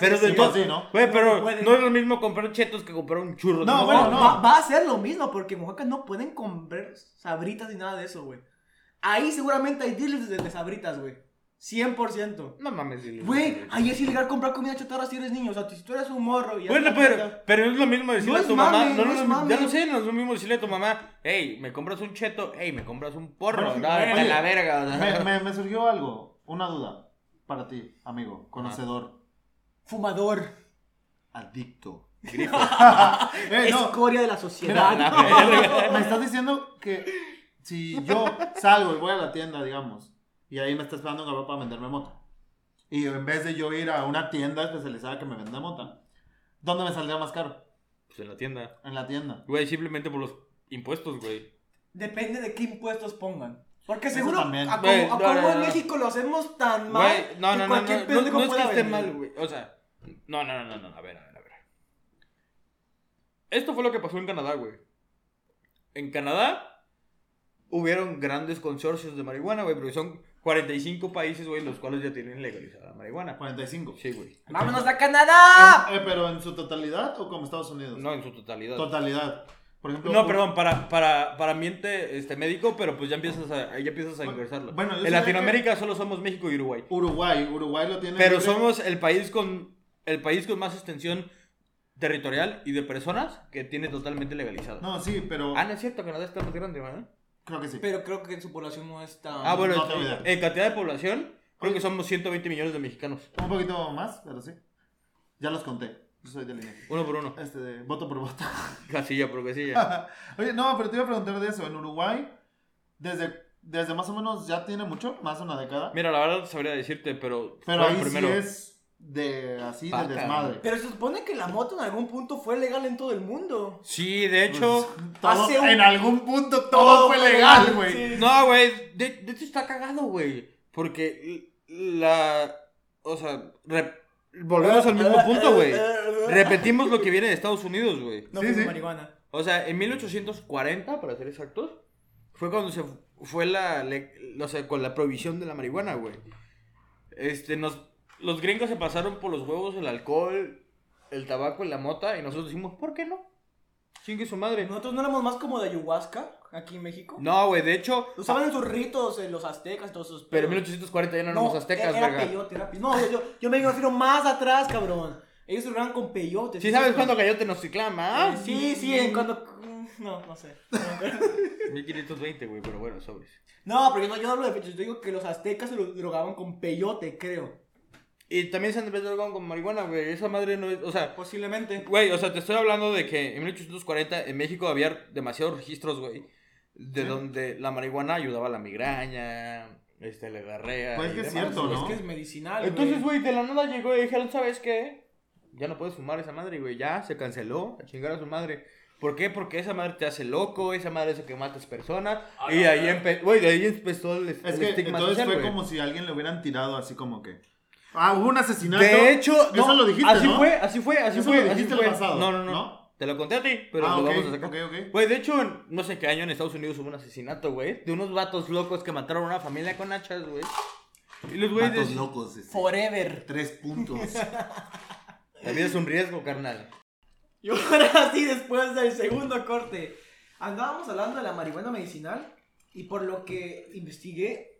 C: Pero
A: Sí,
C: de
A: sí,
C: todo.
B: sí, ¿no?
C: Güey, pero
A: No pueden.
C: no es lo mismo comprar chetos que comprar un churro.
B: No,
A: No,
B: bueno,
C: mames.
B: no.
A: Va, va a ser lo mismo porque en Oaxaca no pueden comprar sabritas ni nada de eso, güey. Ahí seguramente hay dealers de, de sabritas, güey. 100%.
C: No mames, ilegal.
A: Güey, ahí es ilegal comprar comida chatarra si eres niño. O sea, si tú eres un morro y...
C: Bueno, pero, pero es lo mismo decirle
A: No
C: a
A: es
C: tu mamá.
A: mame, no
C: No, no,
A: es
C: no, ya
A: mame.
C: lo sé, no es lo mismo decirle a tu mamá, hey, me compras un cheto, hey, me compras un porro.
B: Oye,
C: No, vete a la
B: oye,
C: verga. o sea.
B: Me, me- me surgió algo, una duda para ti, amigo, conocedor,
A: Fumador.
B: adicto.
C: Grifo.
B: Eh, no,
A: Escoria de la sociedad.
C: Mira, la verga.
B: me estás diciendo que si yo salgo y voy a la tienda, digamos, y ahí me está esperando un cabrón para venderme mota, y en vez de yo ir a una tienda especializada que me venda mota, ¿dónde me saldría más caro?
C: Pues en la tienda.
B: En la tienda.
C: Güey, simplemente por los impuestos, güey.
A: Depende de qué impuestos pongan. Porque
B: Eso
A: seguro,
B: también.
A: a como,
C: Güey,
A: a
C: no,
A: como
C: no,
A: en
C: no.
A: México lo hacemos tan mal
C: Güey, no,
A: que
C: no, no, no,
A: cualquier
C: no, no,
A: pendejo
C: no es que
A: pueda
C: esté
A: vender.
C: mal, güey. O sea, no, no, no, no, no, a ver, a ver, a ver. Esto fue lo que pasó en Canadá, güey. En Canadá hubieron grandes consorcios de marihuana, güey, porque son 45 países, güey, los cuales ya tienen legalizada la marihuana.
B: 45.
C: Sí, güey.
A: ¡Vámonos a Canadá!
B: Eh, ¿Pero en su totalidad o como Estados Unidos?
C: No, en su totalidad.
B: Totalidad. Por ejemplo,
C: no,
B: u-
C: perdón, para, para, para ambiente este, médico, pero pues ya empiezas a, ya empiezas a
B: Bueno,
C: ingresarlo.
B: bueno, yo
C: en
B: sabía
C: Latinoamérica solo somos México y Uruguay.
B: Uruguay. Uruguay lo tiene.
C: Pero
B: libre.
C: somos el país con el país con más extensión territorial y de personas que tiene totalmente legalizado.
B: No, sí, pero.
C: Ah, no es cierto, Canadá está más grande, ¿verdad?
B: Creo que sí.
A: Pero creo que su población no es tan...
C: Ah, bueno,
B: no tengo idea.
C: en, en cantidad de población, creo que somos 120 millones de mexicanos.
B: Un poquito más, pero sí. Ya los conté. Yo soy del INE.
C: Uno por uno.
B: Este, de voto por voto.
C: Casilla por casilla.
B: Oye, no, pero te iba a preguntar de eso. En Uruguay, desde, desde más o menos ya tiene mucho, más de una década.
C: Mira, la verdad sabría decirte, pero.
B: pero
C: fueron
B: ahí
C: primero.
B: sí es de así,
C: Paca,
B: de desmadre. Pues,
A: Pero se supone que la moto en algún punto fue legal en todo el mundo.
C: Sí, de hecho.
B: Pues, todo-
A: hace un-
B: en algún punto todo fue legal, güey.
A: sí.
C: No, güey. De, de hecho está cagado, güey. Porque la. O sea, re- volvemos al mismo punto, güey. Repetimos lo que viene de Estados Unidos, güey.
A: No
B: Sí,
A: fumo
B: sí.
A: marihuana.
C: O sea, en 1840, para ser exactos, fue cuando se fue la, le- o sea, con la prohibición de la marihuana, güey. Este, nos, los gringos se pasaron por los huevos el alcohol, el tabaco y la mota, y nosotros dijimos, ¿por qué no? Chingue su madre.
A: ¿Nosotros no éramos más como de ayahuasca aquí en México?
C: No, güey, de hecho,
A: Usaban en sus ritos eh, los aztecas, todos esos...
C: pero en
A: pedos.
C: 1840 ya no éramos aztecas,
A: era
C: verga.
A: peyote, era pe- No, yo, yo, yo me refiero más atrás, cabrón. Ellos jugaban con peyote.
C: ¿Sí sabes cuándo
A: cuándo
C: Ah. cayó
B: Eh,
C: Tenochtitlán,
A: Sí, sí, en cuando... mm, No, no sé.
C: 1520, güey, pero bueno, sobres.
A: No, pero yo no, yo no hablo de fechas. Yo digo que los aztecas se lo drogaban con peyote, creo.
C: Y también se han drogado con marihuana, güey. Esa madre no es, o sea,
A: Posiblemente.
C: Güey, o sea, te estoy hablando de que en 1840 en México había demasiados registros, güey, de donde la marihuana ayudaba a la migraña, este, la diarrea.
B: Pues
C: y
B: que es
C: demás.
B: cierto,
A: Ah, Es
B: ¿no?
A: que es medicinal.
C: Entonces, güey, de la nada llegó y dijeron, ¿sabes qué? Ya no puedes fumar esa madre, güey, ya se canceló, a chingar a su madre. ¿Por qué? Porque esa madre te hace loco, esa madre hace que matas personas. y de ahí, empe- güey, de ahí empezó el,
B: Es
C: el
B: que
C: estigma
B: entonces
C: social,
B: fue
C: güey.
B: como si alguien le hubieran tirado así como que. Ah, hubo un asesinato.
C: De hecho,
B: eso
C: no,
B: lo dijiste,
C: así
B: ¿no? Ah,
C: fue, así fue, así
B: Eso
C: fue,
B: lo
C: así
B: dijiste el
C: fue.
B: pasado,
C: no, no, no,
B: ¿no?
C: Te lo conté a ti, pero
B: ah,
C: lo
B: ok,
C: vamos a sacar.
B: ok, ok.
C: Güey, de hecho, en no sé qué año en Estados Unidos hubo un asesinato, güey. De unos vatos locos que mataron a una familia con hachas, güey. Y los güeyes.
B: Vatos
C: de-
B: locos. este.
A: Forever.
B: Tres puntos.
C: La vida es un riesgo, carnal.
A: Y ahora sí, después del segundo corte. Andábamos hablando de la marihuana medicinal y por lo que investigué,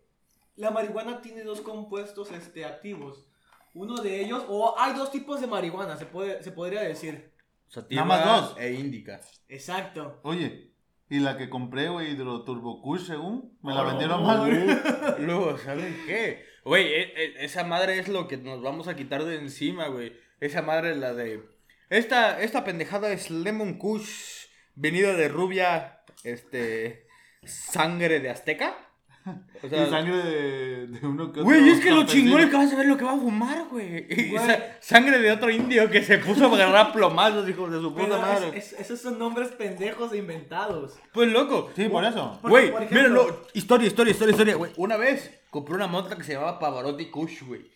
A: la marihuana tiene dos compuestos este, activos. Uno de ellos, o hay dos tipos de marihuana, se, puede, se podría decir.
C: Sativa
B: Nada más dos.
C: E índica.
A: Exacto.
B: Oye, y la que compré, güey, Hidro Turbo Kush, según, me la
A: Oh,
B: vendieron
A: no,
B: mal.
A: güey.
C: Luego, ¿saben qué? Güey, e- e- esa madre es lo que nos vamos a quitar de encima, güey. Esa madre es la de. Esta, esta pendejada es Lemon Kush, venida de rubia, este. sangre de azteca. O
B: Y sangre de, de uno que otro.
C: Güey, es que lo
B: campesino.
C: chingón es que vas a ver lo que va a fumar, güey. Y
A: Güey.
C: sa- sangre de otro indio que se puso a agarrar plomazos, hijos de su
A: Pero
C: puta
A: es-
C: madre.
A: es- esos son nombres pendejos e inventados.
C: Pues loco.
B: Sí, por eso.
A: Porque,
C: Güey,
A: por ejemplo-
C: míralo. Historia, historia, historia, historia, güey. Una vez compré una mota que se llamaba Pavarotti Kush, güey.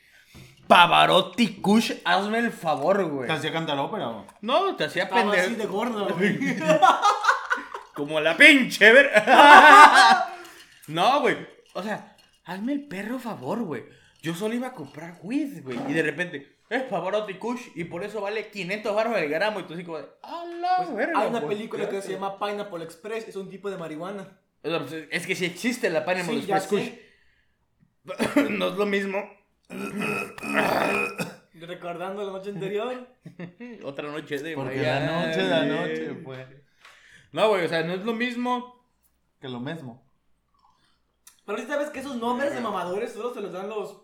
C: Pavarotti Kush, hazme el favor, güey.
B: Te hacía cantar ópera, güey.
C: No, te hacía
A: Estaba así de
C: pendejo.
A: gordo, güey.
C: Como la pinche ver. no, güey. O sea, hazme el perro favor, güey. Yo solo iba a comprar weed, güey. Y de repente, es Pavarotti Kush y por eso vale 500 barros el gramo. Y tú así como de, a la verga,
A: Hay una
C: güey".
A: película que se llama Pineapple Express, es un tipo de marihuana.
C: O sea, pues, Es que si existe la Pineapple
A: Sí, ya
C: Express Kush.
A: sé.
C: no es lo mismo.
A: Recordando la noche anterior.
C: Otra noche de
B: Porque la
C: Miami.
B: noche, la noche fue.
C: No, güey, o sea, no es lo mismo.
B: Que lo mismo.
A: Pero sí sabes que esos nombres de mamadores solo se los dan los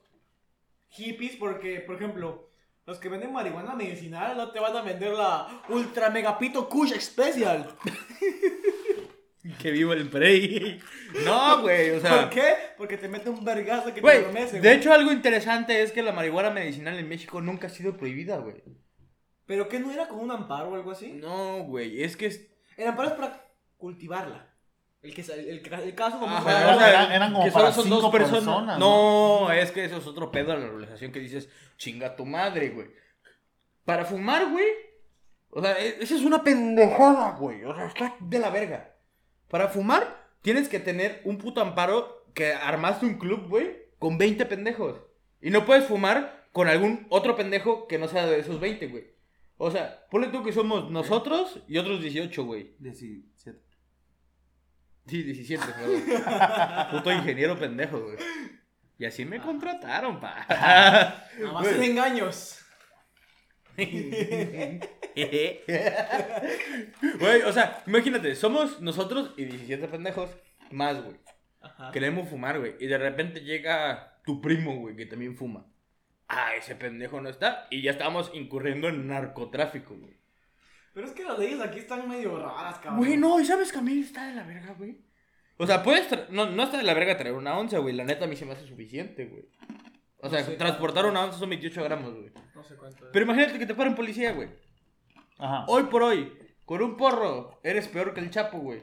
A: hippies porque, por ejemplo, los que venden marihuana medicinal no te van a vender la Ultra Megapito Kush Special.
C: Que viva el Prey. No, güey, o sea.
A: ¿Por qué? Porque te mete un vergazo que te
C: Güey,
A: adormece,
C: de
A: güey.
C: hecho algo interesante es que la marihuana medicinal en México nunca ha sido prohibida, güey.
A: ¿Pero qué no era como un amparo o algo así?
C: No, güey, es que es-
A: El amparo es para cultivarla. El, que, sa- el, el, el caso como...
C: Ajá,
B: Pero
A: para-
C: o sea,
B: eran- eran como
C: que solo
B: para
C: son
B: cinco
C: dos personas.
B: personas,
C: no, es que eso es otro pedo de la regulación que dices, chinga tu madre, güey. Para fumar, güey. O sea, e- esa es una pendejada, güey. O sea, está de la verga. Para fumar, tienes que tener un puto amparo que armaste un club, güey, con 20 pendejos. Y no puedes fumar con algún otro pendejo que no sea de esos 20, güey. O sea, ponle tú que somos nosotros y otros 18, güey.
B: 17.
C: Sí, 17, perdón. Puto ingeniero pendejo, güey. Y así me contrataron, pa.
A: Nada más sin engaños.
C: Güey, o sea, imagínate, somos nosotros y 17 pendejos más, güey.
A: Ajá.
C: Queremos fumar, güey. Y de repente llega tu primo, güey, que también fuma. Ah, ese pendejo no está. Y ya estábamos incurriendo en narcotráfico, güey.
A: Pero es que las leyes aquí están medio raras, cabrón.
C: Güey, no, ¿y sabes que a mí está de la verga, güey? O sea, puedes. tra- No, no está de la verga traer una onza, güey. La neta a mí se me hace suficiente, güey. O sea,
A: No sé.
C: transportar una onza son 28 gramos, güey.
A: No sé cuánto es.
C: Pero imagínate que te para un policía, güey.
B: Ajá.
C: Hoy por hoy, con un porro, eres peor que el Chapo, güey.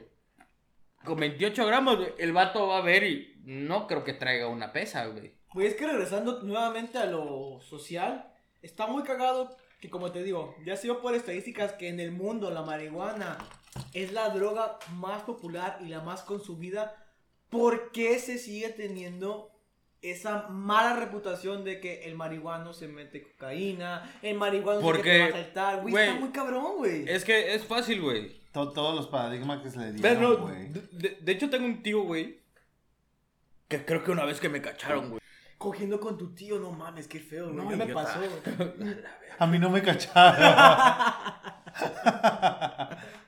C: Con 28 gramos, güey, el vato va a ver y no creo que traiga una pesa, güey.
A: Güey, es que regresando nuevamente a lo social, está muy cagado que, como te digo, ya se vio por estadísticas que en el mundo la marihuana es la droga más popular y la más consumida. ¿Por qué se sigue teniendo esa mala reputación de que el marihuano se mete cocaína, el marihuano se
C: Porque,
A: te va a saltar? Güey,
C: güey,
A: está muy cabrón, güey.
C: Es que es fácil, güey.
B: To- todos los paradigmas que se le
C: Pero,
B: dieron, güey.
C: de, de- de hecho tengo un tío, güey, que creo que una vez que me cacharon, güey.
A: Cogiendo con tu tío, no mames, qué feo, güey.
C: No,
A: ¿Qué me
C: idiota.
A: pasó?
B: A mí no me cacharon.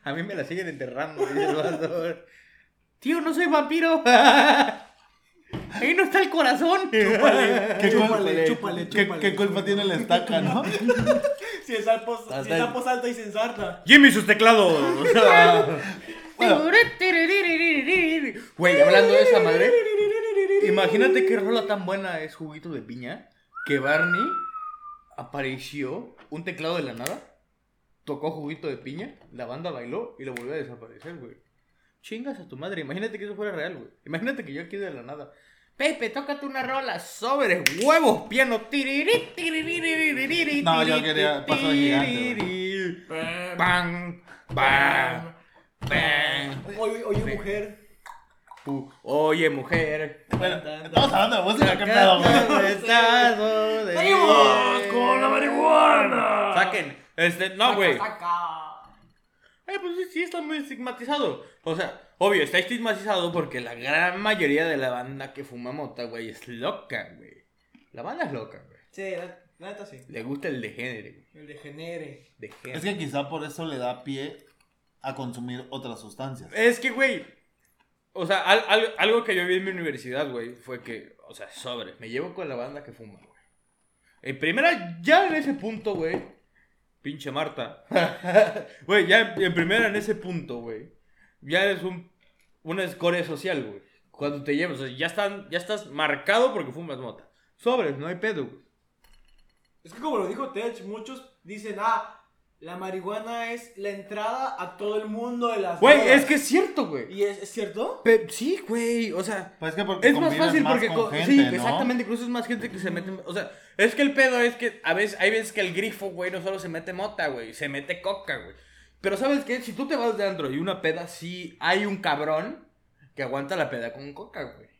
C: A mí me la siguen enterrando. dice el vato. Tío, no soy vampiro. Ahí no está el corazón.
B: ¿Qué, cul-
A: Chúpale, chúpale,
B: ¿Qué-
A: chúpale.
B: qué culpa tiene la estaca, no?
A: Si el sapo, si el
C: Hasta el-
A: sapo salta y se ensarta.
C: Jimmy, sus teclados.
B: Bueno.
C: Güey, hablando de esa madre, imagínate qué rola tan buena es Juguito de Piña que Barney apareció un teclado de la nada, tocó Juguito de Piña, la banda bailó y lo volvió a desaparecer, güey. Chingas a tu madre, imagínate que eso fuera real, güey. Imagínate que yo aquí de la nada. Pepe, tócate una rola sobre huevos, piano.
B: No, yo quería Paso de Gigante,
C: Bang, bang, bang.
A: Oye, oye, mujer.
C: Uh, Oye, mujer.
B: Bueno, estamos hablando de
A: Pues
B: música, qué pedo, güey.
C: Estado de-
A: ¡Seguimos con la marihuana!
C: Saquen. Este, no, güey.
A: Saca.
C: Eh, pues sí, sí, está muy estigmatizado. O sea, obvio, está estigmatizado porque la gran mayoría de la banda que fuma mota, güey, es loca, güey. La banda es loca, güey.
A: Sí, la la neta sí.
C: Le gusta el degenere, güey.
A: El degenere.
C: Degenere.
B: Es que quizá por eso le da pie a consumir otras sustancias.
C: Es que, güey. O sea, al- al- algo que yo vi en mi universidad, güey, fue que, o sea, sobre. Me llevo con la banda que fuma, güey. En primera, ya en ese punto, güey. Pinche Marta. Güey, ya en primera, en ese punto, güey. Ya eres un, una escoria social, güey. Cuando te llevas, o sea, ya, están, ya estás marcado porque fumas mota. Sobres, no hay pedo, güey.
A: Es que como lo dijo Tech, muchos dicen, ah, la marihuana es la entrada a todo el mundo de las
C: Güey,
A: drogas".
C: es que es cierto, güey.
A: Ah, ¿Y es, es cierto?
C: Pe- sí, güey, o sea.
B: Pues es que porque
C: Es más
B: convives
C: fácil porque
B: con
C: co-
B: gente,
C: sí,
B: ¿no?
C: exactamente, cruzas más gente que se mete, o sea, es que el pedo es que a veces hay veces que el grifo, güey, no solo se mete mota, güey, se mete coca, güey. Pero ¿sabes qué? Si tú te vas de antro y una peda sí hay un cabrón que aguanta la peda con coca, güey.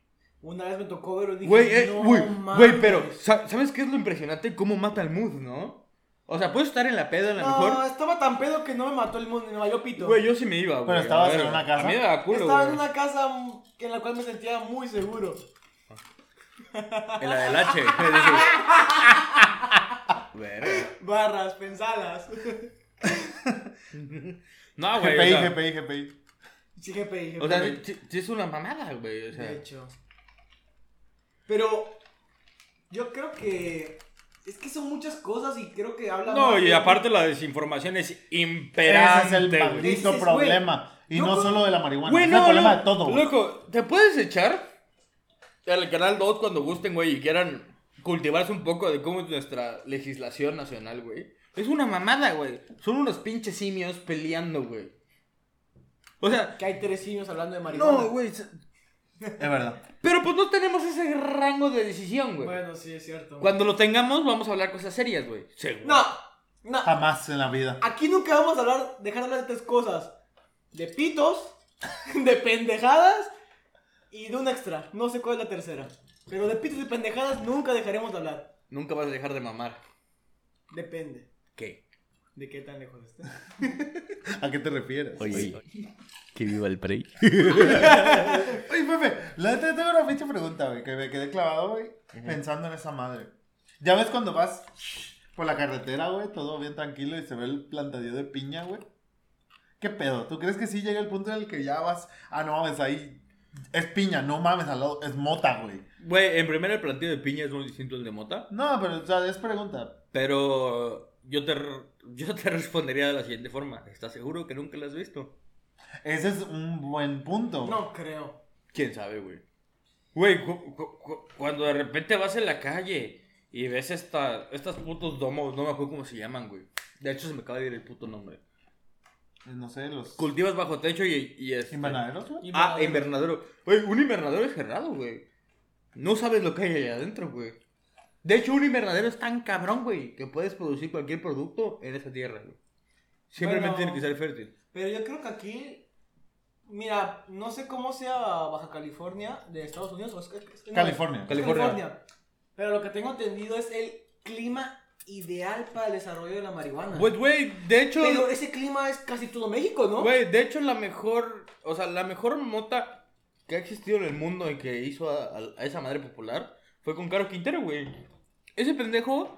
A: Una vez me tocó ver y dije,
C: Güey, eh,
A: "No
C: güey,
A: mames".
C: güey, pero sa- ¿sabes qué es lo impresionante? Cómo mata el mood, ¿no? O sea, puedes estar en la peda a lo
A: No,
C: mejor.
A: estaba tan pedo que no me mató el mundo, me valió pito.
C: Güey, yo sí me iba, güey. a
B: estabas
C: ver,
B: en una
C: güey.
B: casa.
C: A mí me daba culo,
A: Estaba en
C: güey.
A: una casa mm, que- en la cual me sentía muy seguro.
C: En la del H. Verga.
A: Barras, pensalas.
C: No, Ah, güey.
B: GPI,
C: o sea-
B: GPI, GPI.
A: Sí, GPI,
C: O sea,
A: GPI.
C: sí- sí es una mamada, güey. O sea,
A: De hecho. Pero yo creo que es que son muchas cosas y creo que habla
C: no,
A: más
C: y
A: de-
C: aparte la desinformación es
B: Ese es
C: imperante,
B: el
C: güey.
B: maldito
A: Dices,
B: problema. Y
A: yo
B: no
A: como-
B: solo de la marihuana,
C: Güey,
B: es
C: no,
B: el problema
C: no.
B: de todo. güey.
C: Loco, ¿te puedes echar al canal 2 cuando gusten, güey, y quieran cultivarse un poco de cómo es nuestra legislación nacional, güey? Es una mamada, güey. Son unos pinches simios peleando, güey. O sea,
A: que hay tres niños hablando de marihuana.
C: no, güey. se-
B: Es verdad.
C: Pero pues no tenemos ese rango de decisión, güey.
A: Bueno, sí es cierto.
C: Cuando lo tengamos, vamos a hablar cosas serias, güey. Seguro.
A: No, no.
B: Jamás en la vida.
A: Aquí nunca vamos a hablar, dejar de hablar de tres cosas. De pitos, de pendejadas y de un extra. No sé cuál es la tercera. Pero de pitos y pendejadas nunca dejaremos de hablar.
C: Nunca vas a dejar de mamar.
A: Depende
C: ¿Qué?
A: de qué tan lejos estés.
B: ¿A qué te refieres?
C: que viva el PRI.
B: Oye, Pepe, la neta, yo tengo una pinche pregunta, güey, que me quedé clavado, güey, pensando en esa madre. Ya ves cuando vas por la carretera, güey, todo bien tranquilo y se ve el plantadío de piña, güey. ¿Qué pedo? ¿Tú crees que sí llega el punto en el que ya vas, ah, no mames, ahí es piña, no mames, al lado es mota, güey?
C: Güey, en primera el planteo de piña es muy distinto al de mota.
B: No, pero, o sea, es pregunta.
C: Pero yo te, yo te respondería de la siguiente forma. ¿Estás seguro que nunca la has visto?
B: Ese es un buen punto.
A: No creo.
C: ¿Quién sabe, güey? Güey, cu- cu- cu- cuando de repente vas en la calle y ves esta, estas putos domos, no me acuerdo cómo se llaman, güey. De hecho, se me acaba de ir el puto nombre.
B: No sé, los
C: Cultivas bajo techo y... y este-
B: invernaderos, güey.
C: Ah, invernadero. Güey, un invernadero es cerrado, güey. No sabes lo que hay allá adentro, güey. De hecho, un invernadero es tan cabrón, güey, que puedes producir cualquier producto en esa tierra, güey. Simplemente
A: Bueno.
C: tiene que ser fértil.
A: Pero yo creo que aquí. Mira, no sé cómo sea Baja California de Estados Unidos. o es- es- no,
B: California.
A: es
C: California.
A: Pero lo que tengo entendido es el clima ideal para el desarrollo de la marihuana.
C: Pues, güey, de hecho,
A: Pero ese clima es casi todo México, ¿no?
C: güey, de hecho, la mejor, o sea, la mejor mota que ha existido en el mundo y que hizo a, a- a esa madre popular fue con Caro Quintero, güey. Ese pendejo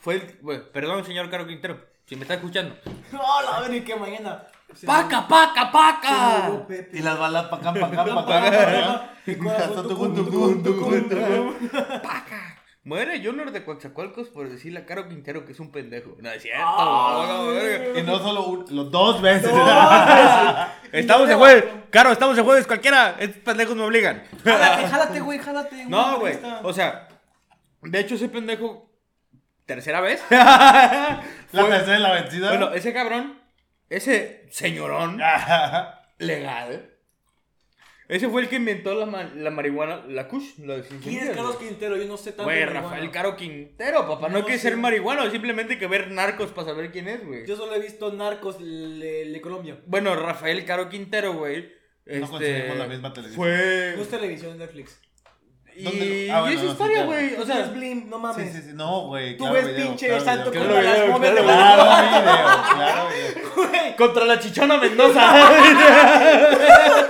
C: fue el, güey, perdón, señor Caro Quintero, si me está escuchando.
A: Hola, ven y que mañana. se
C: ¡Paca,
A: me-
C: paca,
A: se me murió
C: paca!
A: Pepe.
B: Y las balas pa' acá, pa' acá, pa'
A: Pa- pa-
B: acá.
A: pa- mi corazón,
B: Hasta
A: tucum, tucum,
B: tucum, tucum,
A: tucum,
B: tucum.
A: tucum.
C: ¡Paca! Muere Junior de Coatzacoalcos por decirle a Caro Quintero que es un pendejo. No es cierto,
A: Ah,
C: no, no, verga.
B: Y no solo un- los dos veces.
C: Estamos en jueves, Caro, estamos en jueves cualquiera. Estos pendejos me obligan.
A: Jálate, jálate, güey, jálate. güey,
C: No, güey.
A: está.
C: O sea, de hecho ese pendejo, tercera vez.
B: La tercera y la vencida.
C: bueno, ese cabrón, ese señorón legal, ese fue el que inventó la, ma- la marihuana, la kush, la de
A: ¿Quién es Carlos Quintero? Yo no sé tanto.
C: Güey,
A: de
C: Rafael
A: marihuana.
C: Caro Quintero, papá. No,
A: No,
C: que
A: sí.
C: ser marihuano, simplemente que ver narcos para saber quién es, güey.
A: Yo solo he visto narcos de, de Colombia.
C: Bueno, Rafael Caro Quintero, güey. este,
B: conseguimos la misma televisión.
C: Fue.
A: No es televisión Netflix.
C: Y,
B: ¿Dónde lo- ah,
C: y
B: bueno,
C: es
B: no, sí,
C: historia,
B: claro.
C: güey. o sea,
A: es Blim, no
B: Sí,
A: mames.
B: sí, sí. No, güey.
A: Tú
B: claro
A: ves
B: video,
A: pinche
B: claro
A: salto
B: video.
A: contra
C: Claro
A: las
C: video,
A: momias de
C: claro
A: la-
B: Claro video, claro video.
A: Güey,
C: Contra la chichona Mendoza.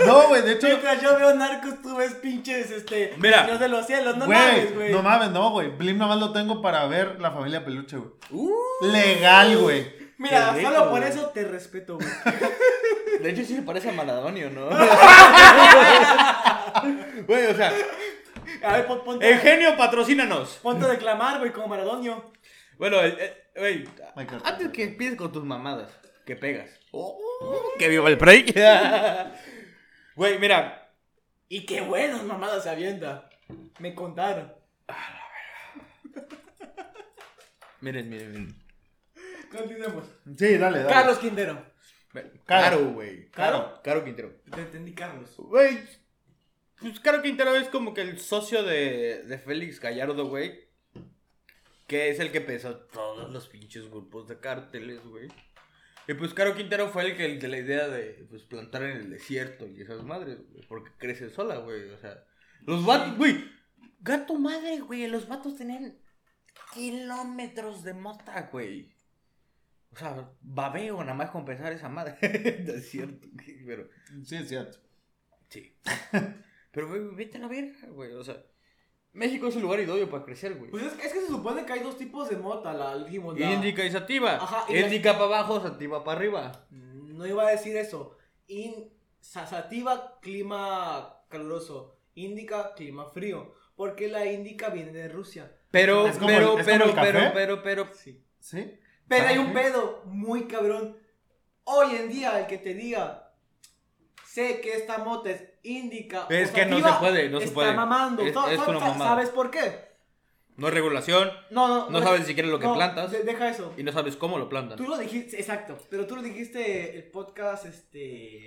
B: No, güey, de hecho.
A: Mientras yo veo narcos, tú ves pinches, este.
C: Mira.
A: Dios de los cielos, no mames,
B: Güey,
A: güey.
B: no mames, no, güey. Blim nomás lo tengo para ver la familia peluche, güey.
C: Uh,
B: Legal, güey.
A: Mira,
C: Qué rico,
A: solo por
C: güey.
A: eso te respeto, güey.
C: de hecho, sí se parece a Maradonio, ¿no? Güey, o sea,
A: A ver, pon- ponte.
C: Eugenio, patrocínanos.
A: Ponte a declamar, güey, como Maradonio.
C: Bueno, el- el- güey,
B: Michael.
C: antes que empieces con tus mamadas, que pegas. Oh, que viva el break. Güey, mira,
A: Y qué buenas mamadas se avienta. Me contaron.
C: miren, miren, miren.
A: Continuemos.
B: Sí, dale, dale.
A: Carlos Quintero.
C: Caro, güey.
A: Caro.
C: Caro Quintero.
A: Te entendí, Carlos.
C: Güey, pues Caro Quintero es como que el socio de, de Félix Gallardo, güey. Que es el que pesó todos los pinches grupos de cárteles, güey. Y pues Caro Quintero fue el que el de la idea de pues, plantar en el desierto y esas madres, güey. Porque crece sola, güey. O sea, los vatos, güey. Gato madre, güey. Los vatos tenían kilómetros de mota, güey. O sea, babeo nada más con pensar esa madre. no es cierto, güey, pero...
B: Sí, es cierto.
C: Sí. Pero, güey, vete a la verga, güey. O sea, México es el lugar idóneo para crecer, güey.
A: Pues es, es que se supone que hay dos tipos de mota, la dijimos. la-
C: Índica y sativa.
A: Ajá, y la-
C: Índica para abajo, sativa para arriba.
A: No iba a decir eso. In, sa- sativa, clima caluroso. Índica, clima frío. Porque la índica viene de Rusia.
C: Pero,
B: Es como el-
C: pero,
B: es como
C: pero,
B: el café.
C: pero, pero, pero,
A: Sí.
B: ¿Sí?
A: Pero hay un
B: Ajá.
A: pedo muy cabrón. Hoy en día, el que te diga, sé que esta mota es índica.
C: Es
A: o
C: que no
A: sativa",
C: se puede, no se
A: está
C: puede.
A: mamando.
C: Es-
A: Sa-
C: es
A: sa-
C: una
A: sa-
C: mamada.
A: ¿Sabes por qué?
C: No hay regulación,
A: No, no.
C: no
A: es-
C: sabes ni siquiera lo que
A: no,
C: plantas
A: de- deja eso.
C: y no sabes cómo lo plantan.
A: Tú lo dijiste, exacto. Pero tú lo dijiste el podcast este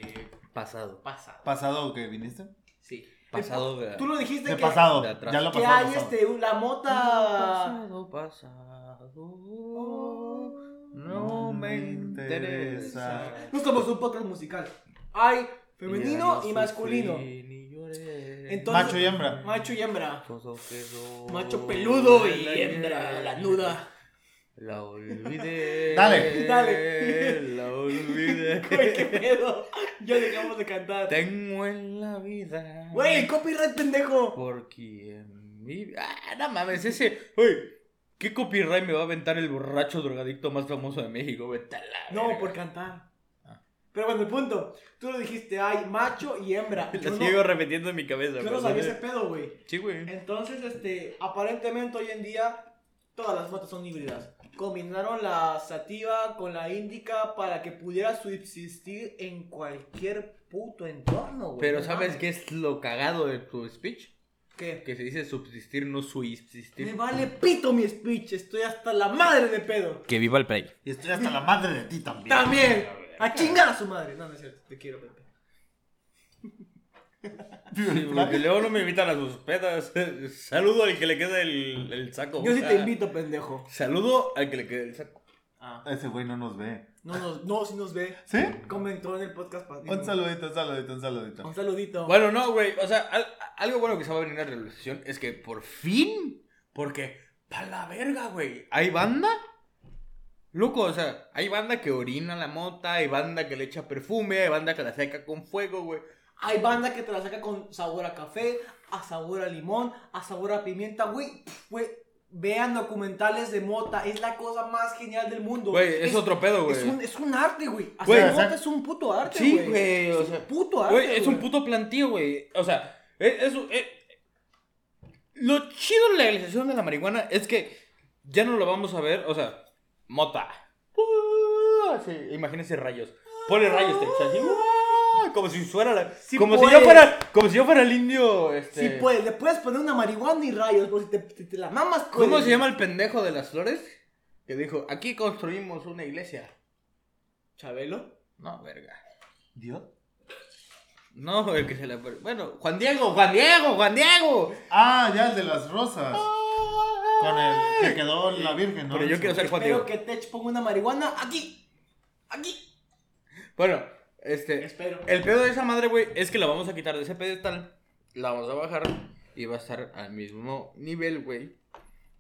C: Pasado.
A: pasado.
B: ¿Pasado que viniste?
A: Sí.
C: Pasado de...
A: Tú lo dijiste
B: De
A: que,
B: pasado.
C: de atrás.
B: Ya lo
A: que
B: pasado.
A: hay
B: pasado.
A: este, la mota.
C: Pasado, pasado. No me interesa.
A: No somos un podcast musical. Hay femenino
C: Ya
A: y
C: no
A: masculino.
C: sufrí ni lloré.
A: Entonces-
B: Macho y hembra.
A: Macho y hembra.
C: Todo quedó
A: Macho peludo y
C: en la
A: hembra
C: nieve.
A: lanuda.
C: La olvidé.
B: Dale.
A: Dale.
C: La
A: Güey, qué
C: olvidé.
A: pedo. Yo dejamos de cantar.
C: Tengo en la vida.
A: Güey, el copyright pendejo.
C: Por quien vive. Ah, no mames, ese. Uy, ¿qué copyright me va a aventar el borracho drogadicto más famoso de México? Vete a la
A: No,
C: verga.
A: por cantar.
C: Ah.
A: Pero bueno, el punto. Tú lo dijiste, hay macho y hembra.
C: La
A: Yo no,
C: sigo repitiendo en mi cabeza.
A: yo no
C: pero-
A: sabía ese pedo, güey.
C: Sí, güey.
A: Entonces, este, aparentemente hoy en día todas las motas son híbridas. Combinaron la sativa con la índica para que pudiera subsistir en cualquier puto entorno, güey.
C: Pero
A: No
C: ¿sabes
A: mames.
C: qué es lo cagado de tu speech?
A: ¿Qué?
C: Que se dice subsistir, no
A: Me
C: subsistir.
A: vale pito mi speech, estoy hasta la madre de pedo.
C: Que viva el play.
B: Y estoy hasta la madre de ti también.
A: También, a chingar a su madre. No, no es cierto, te quiero, Pepe.
C: Sí, porque luego no me invitan a sus pedas. Saludo al que le queda el, el saco.
A: Yo sí
C: Ah,
A: te invito, pendejo.
C: Saludo al que le quede el saco.
A: Ah,
B: Ese güey no nos ve.
A: no, no, no, si nos ve.
B: ¿Sí?
A: Comentó en el podcast. pas-
B: Un saludito, un saludito, un saludito.
A: Un saludito.
C: Bueno, no, güey. O sea, al- algo bueno que se va a venir a realización es que por fin. Porque, pa' la verga, güey. ¿Hay banda? Loco, o sea, hay banda que orina la mota, hay banda que le echa perfume, hay banda que la seca con fuego, güey.
A: Hay banda que te la saca con sabor a café, a sabor a limón, a sabor a pimienta, güey. Pff, güey, vean documentales de mota, es la cosa más genial del mundo.
C: Güey, es otro pedo, güey.
A: Es un, es un arte, güey. Hacer
B: Güey,
A: mota
B: exacto.
A: es un puto arte,
C: Sí,
A: güey.
C: güey, o
A: Es un
C: sea,
A: puto arte.
C: Güey, es un puto plantío, güey. O sea, e, es, es- es- lo chido de la legalización de la marihuana es que ya no lo vamos a ver, o sea, mota. Uh, así, imagínense rayos. Ponle rayos, te así, uh, como si fuera la-
A: Sí
C: como si
A: puedes.
C: yo fuera como si yo fuera el indio
A: Si
C: este
A: puedes, le puedes poner una marihuana y rayos, por si te, te- te la mamas, güey.
C: ¿Cómo se llama el pendejo de las flores? Que dijo, "Aquí construimos una iglesia."
A: Chabelo.
C: No, verga.
B: ¿Dios?
C: No, el que se la Bueno, Juan Diego, Juan Diego, Juan Diego.
B: Ah, ya el de las rosas. Con el que quedó la virgen, ¿no?
C: Pero yo quiero ser Juan Diego.
A: Espero que Tech ponga una marihuana aquí. Aquí.
C: Bueno, este.
A: Espero.
C: El pedo de esa madre, güey, es que la vamos a quitar de ese pedestal. La vamos a bajar y va a estar al mismo nivel, güey.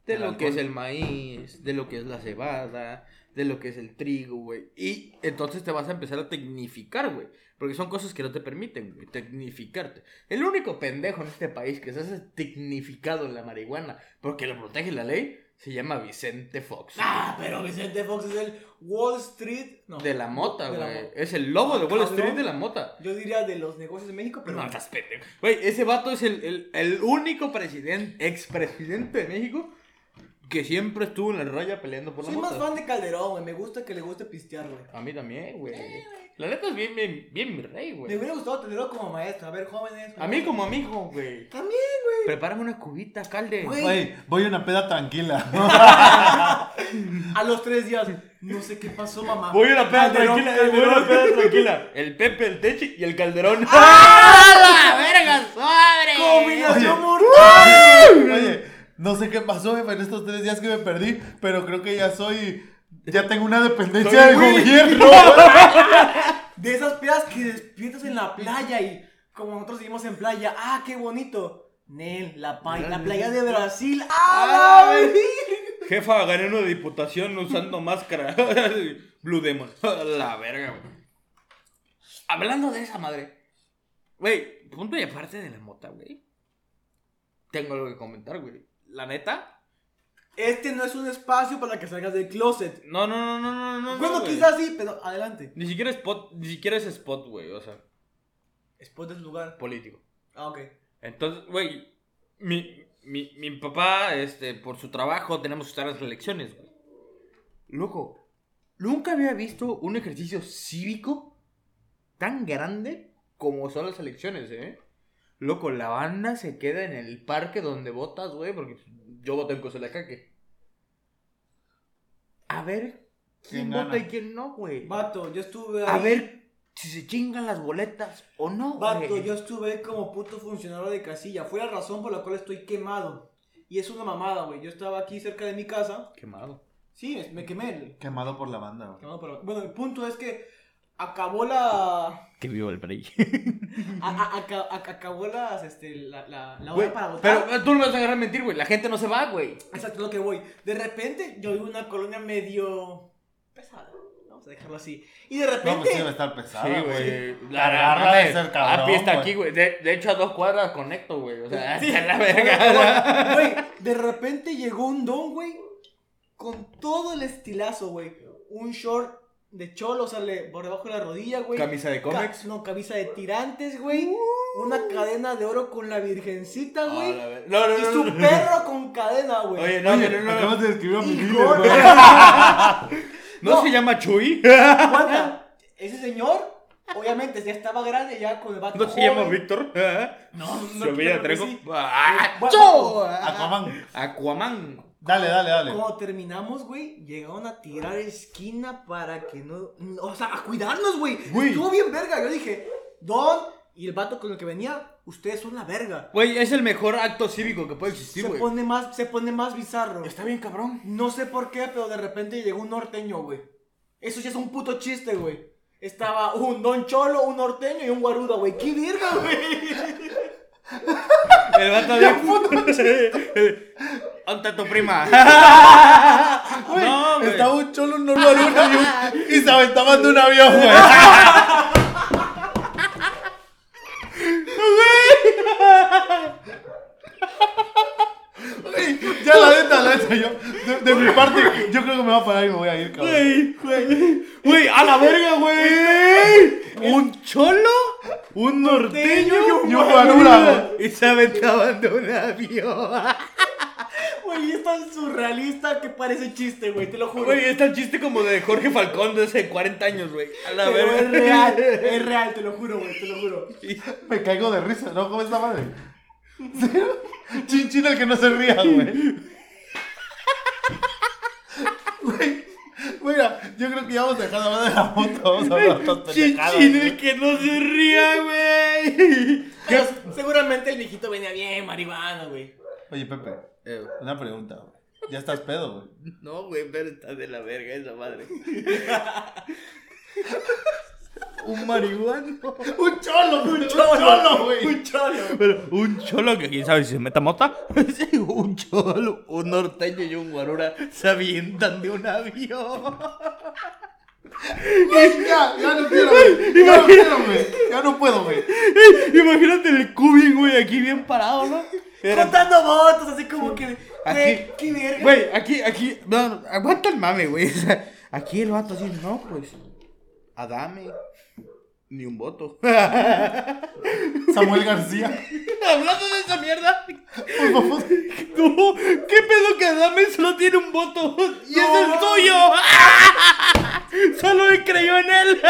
C: De
B: El
C: lo que es
B: alcohol.
C: el maíz, de lo que es la cebada, de lo que es el trigo, güey. Y entonces te vas a empezar a tecnificar, güey. Porque son cosas que no te permiten, güey, tecnificarte. El único pendejo en este país que se hace tecnificado en la marihuana porque lo protege la ley se llama Vicente Fox.
A: Ah, pero Vicente Fox es el Wall Street. No.
C: De la mota,
A: De la
C: güey.
A: mota.
C: Es el lobo de Wall
A: Cabrón.
C: Street de la mota.
A: Yo diría de los negocios de México, pero.
C: Pero no estás pendejo. Güey, ese vato es el, el, el único presidente, expresidente de México que siempre estuvo en la raya peleando por la
A: Soy más
C: mota.
A: fan de Calderón, güey. Me gusta que le guste pistear, güey.
C: A mí también, güey. La neta es bien, bien, bien mi rey,
A: Me
C: güey.
A: hubiera gustado tenerlo como maestro. A ver, jóvenes.
C: A mí como amigo, güey.
A: También,
C: Prepárame una cubita, calde.
A: Güey.
B: Güey, voy a una peda tranquila.
A: güey. A los tres días. No sé qué pasó, mamá.
C: Voy a una peda
A: Calderón,
C: tranquila,
A: Calderón.
C: voy a una peda tranquila. El Pepe, el Techi y el Calderón.
D: ¡Ah, la verga, sobre!
A: Combinación
B: Oye.
A: mortal.
B: Oye, no sé qué pasó jefe, en estos tres días que me perdí, pero creo que ya soy. Ya tengo una dependencia
C: Soy
B: del
C: Willy.
B: gobierno.
A: De esas pedas que despiertas en la playa y como nosotros vivimos en playa. Ah, qué bonito. Nel, la, pa- la playa de Brasil. ¡Ah, la verga!
C: Jefa, gané una diputación usando máscara. Blue Demon. La verga, güey. Hablando de esa madre. Güey, punto y aparte de la mota, güey. tengo algo que comentar, güey. La neta.
A: Este no es un espacio para que salgas del closet.
C: No, no, no, no, no, no. no,
A: bueno,
C: güey.
A: quizás sí, pero adelante.
C: Ni siquiera spot, ni siquiera es spot, güey. O sea,
A: Spot es lugar.
C: político.
A: Ah, ok.
C: Entonces, güey, mi, mi, mi papá, este, por su trabajo, tenemos que estar en las elecciones, güey. Loco, nunca había visto un ejercicio cívico tan grande como son las elecciones, ¿eh? Loco, la banda se queda en el parque donde votas, güey, porque yo voto en Coselacaque. A ver
B: ¿Quién
C: quién vota
B: gana?
C: y quién no, güey.
A: Vato, yo estuve ahí.
C: A ver si se chingan las boletas o no,
A: Vato,
C: güey.
A: yo estuve ahí como puto funcionario de casilla. Fue la razón por la cual estoy quemado. Y es una mamada, güey. Yo estaba aquí cerca de mi casa.
C: Quemado.
A: Sí, me- me quemé.
B: Quemado por la banda, güey.
A: Quemado por- Bueno, el punto es que acabó la.
C: Que vivo el break.
A: a- a- aca- a- acabó las, este, la, la, la hora
C: Güey,
A: para votar.
C: pero Ah, tú no me vas a dejar mentir, güey. La gente no se va, güey.
A: Exacto, es lo que voy. De repente, yo vivo en una colonia medio pesada. Vamos a dejarlo así. Y de
B: No, pues sí,
A: repente.
B: debe estar pesada, güey.
C: La
B: Agarra
C: agarra
B: de ser cabrón,
C: Api está
B: güey.
C: aquí, güey. De, de hecho, a dos cuadras conecto, güey. O sea,
A: Sí.
C: hasta la verga.
A: Bueno, Güey, de repente llegó un don, güey, con todo el estilazo, güey. Un short de cholo, o sea, le- por debajo de la rodilla, güey.
C: de Uh.
A: Ca- No, camisa de tirantes, güey. Una cadena de oro con la virgencita,
C: No,
A: güey.
C: no, no.
A: Y su
C: no.
A: perro con cadena, güey.
C: Ah, Oye, no,
B: Oye,
C: no, no, no.
B: acabas de describir a mi
A: Hijo
B: líder,
A: de-
B: güey.
C: ¿No se llama Chuy?
A: Aguanta, Ese señor, obviamente, ya estaba grande, ya con el vato
C: ¿No se
A: joven.
C: llama Víctor?
A: No, no,
C: ¿Se olvida
A: claro que
C: Trejo?
A: sí.
C: ¡Ah,
A: Bueno,
C: choo!
B: Aquaman.
C: Aquaman.
B: Dale, dale, dale.
A: Cuando terminamos, güey, llegaron a tirar esquina para que no. no, O sea, a cuidarnos, güey.
B: Güey.
A: Estuvo bien verga. Yo dije, Don y el vato con el que venía, ustedes son la verga.
C: Güey, es el mejor acto cívico que puede existir,
A: se,
C: güey.
A: pone más, se pone más bizarro.
C: Está bien, cabrón.
A: No sé por qué, pero de repente llegó un norteño, güey. Eso ya es un puto chiste, güey. Estaba un don cholo, un norteño y un guarudo, güey. ¡Qué verga, güey!
C: El vato de... ¿Dónde está tu prima?
B: Güey,
C: no, güey.
B: Estaba un cholo, un normal, un avión, y se aventaban de un avión, güey. Güey, Ya la neta, la neta, yo, de, de mi parte, yo creo que me va a parar y me voy a ir, cabrón.
C: Güey, güey. Güey, a la verga, güey. Un cholo, un norteño
B: y un
C: Ah,
B: guarura,
C: Y se aventaban de un avión.
A: Güey, es tan surrealista que parece chiste, güey. Te lo juro.
C: Güey, es tan chiste como de Jorge Falcón de hace 40 años, güey. A la
A: Pero
C: verga.
A: es real, es real, te lo juro, güey, te lo juro.
B: Me caigo de risa, ¿no? ¿Cómo está madre? Chinchín el que no se ría, güey. Güey, mira, yo creo que ya vamos a dejar de hablar de la moto, vamos a hablar de estas pendejadas,
C: Chinchín
B: güey.
C: el que no se ría, güey.
A: Pero seguramente el viejito venía bien maribano, güey.
B: Oye, Pepe,
C: Eh,
B: una pregunta, güey. Ya estás pedo, güey.
C: No, güey, pero está de la verga esa madre.
B: Un marihuano. Un cholo, güey. Un cholo, güey.
A: Un cholo.
C: Pero un cholo que quién sabe si se meta mota. Sí, un cholo, un norteño y un guarura se avientan de un avión.
B: Ya, ya no quiero, güey. Ya no quiero, güey. Ya no puedo, güey.
C: Imagínate el cubing, güey, aquí bien parado, ¿no? Era-
A: Contando votos, así como que.
C: Aquí.
A: Güey, qué verga.
C: Güey, aquí, aquí, no, no, aguanta el mame, güey. O sea, aquí el vato así, no, pues, Adame, ni un voto.
B: Samuel García.
C: Hablando de esa mierda,
B: Por favor.
C: no, ¿qué pedo que Adame solo tiene un voto? Y
A: No,
C: es el
A: mames.
C: tuyo. Solo él creyó en él.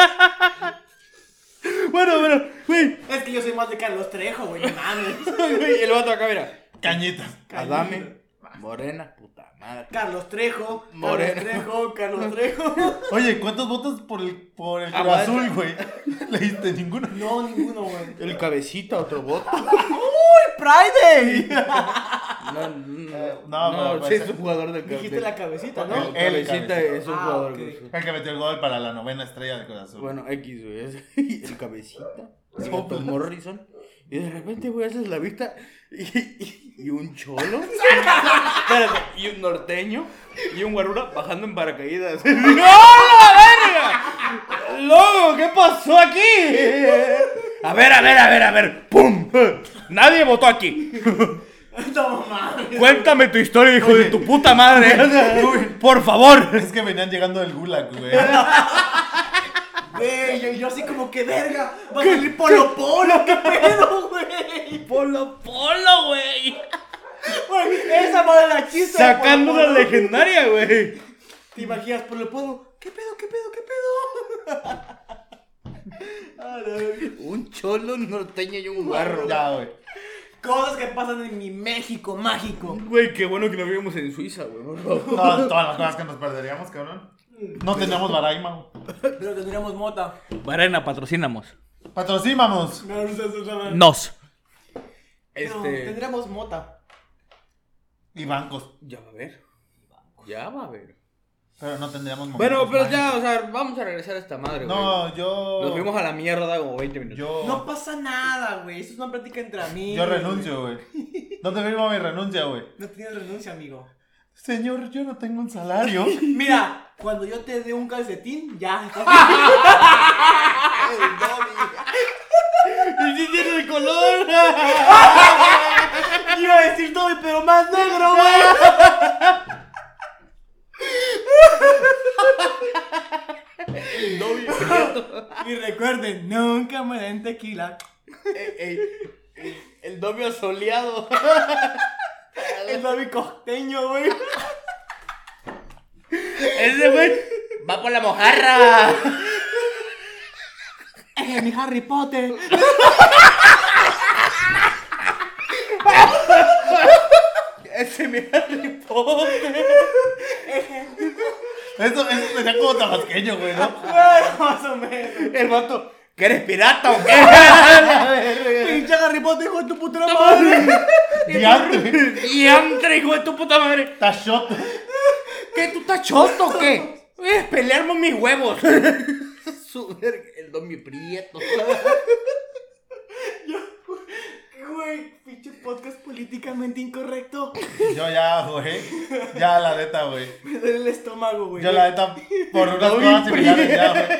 C: bueno, bueno, güey,
A: Es que yo soy más de Carlos Trejo, güey, no mames.
C: güey, el vato acá, mira.
B: Cañitas.
C: Adame, morena, puta madre.
A: Carlos Trejo,
C: Moreno.
A: Carlos Trejo, Carlos Trejo.
B: Oye, ¿cuántos votos por el, por el Cruz
C: Aguanta.
B: Azul, güey? Le diste ninguno.
A: No, ninguno, güey.
C: El cabecita, otro voto.
A: ¡Friday!
C: No, no,
B: no,
C: Eh, no,
B: pero
C: sí
B: pues-
C: es un jugador de
A: Dijiste la cabecita, ¿no?
B: Ok.
C: El cabecita
B: cabecita.
C: es un
A: Ah,
C: jugador.
A: ok.
C: güey.
B: El que metió el gol para la novena estrella del Cruz Azul.
C: Bueno, X, güey. es- El cabecita. Roberto Morrison. Y de repente, güey, haces la vista. Y, y- y un cholo. Espérate, y un norteño. Y un guarura bajando en paracaídas. ¡No, la verga! ¡Loco, qué pasó aquí! A ver, a ver, a ver, a ver. ¡Pum! Nadie votó aquí.
A: No,
C: Cuéntame tu historia, hijo de tu puta madre. Por favor.
B: Es que venían llegando del gulag, güey.
A: Güey, yo, yo así como que verga. Va a salir Polo Polo, qué pedo, güey.
C: Polo, polo, güey.
A: Güey, Esa madre la chiste.
C: Sacando
A: Polo
C: la
A: Polo.
C: legendaria, güey.
A: Te imaginas Polo Polo. ¿Qué pedo, qué pedo, qué pedo? A la verga.
D: Un cholo norteño y un guarro.
B: Ya, güey.
A: Cosas que pasan en mi México mágico.
C: Güey, qué bueno que no vivimos en Suiza, güey.
B: No, todas las cosas que nos perderíamos, cabrón.
C: Pues
B: No tenemos Baraima.
A: Pero tendríamos mota.
C: Varena, patrocinamos.
B: Patrocínanos.
A: No, no, no, no.
C: Nos. Este.
A: Tendríamos mota.
B: Y bancos.
C: Ya va a ver. Ya va a ver.
B: Pero no tendríamos
C: Bueno,
B: momentos
C: pero
B: mágicos.
C: ya, o sea, vamos a regresar a esta madre, güey.
B: No, yo.
C: Nos fuimos a la mierda como 20 minutos.
B: Yo.
A: No pasa nada, güey. Esto es una práctica entre amigos.
B: Oh. Yo renuncio, güey. ¿Dónde firmo mi renuncia, güey?
A: No tienes renuncia, amigo.
B: Señor, yo no tengo un salario.
A: Mira, cuando yo te dé un calcetín, ya.
C: ¡Y si tiene el color!
A: Iba a decir Dobby, pero más negro, güey. Y recuerden, nunca me den tequila.
C: El domio soleado.
A: El Dobby costeño, güey.
C: Ese güey va por la mojarra.
A: Es Eh, mi Harry Potter.
C: Ese mi Harry Potter.
B: Eso, eso sería como tabasqueño, güey, ¿no?
A: Bueno, más o menos.
C: El vato. ¿Que eres pirata o qué?
A: Pinche Harry Potter, hijo de tu puta madre.
B: Diantre.
C: ¡Diantre, hijo de tu puta madre!
B: Tachot.
C: ¿Qué? ¿Tú estás choto o qué? Voy a pelearme mis huevos. Su verga, El domio prieto.
A: Güey, pinche podcast políticamente incorrecto.
B: Yo ya, güey. Ya, la neta, güey.
A: Me duele el estómago, güey.
B: Yo la neta, por unas
C: Doy
B: cosas similares ya, güey.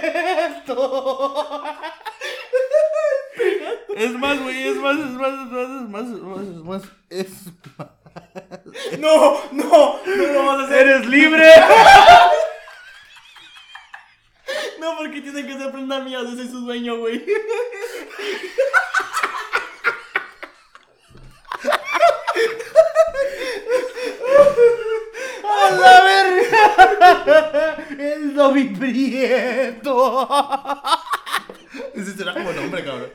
C: Es más, güey, es más, es más, es más, es más, es más, es más. Es
A: No, no, no lo vas a hacer.
C: ¡Eres libre!
A: No, porque tiene que ser prenda mía, yo soy su dueño, güey.
C: ¡A la verga! ¡El Dobby Prieto!
B: Ese será como nombre, cabrón.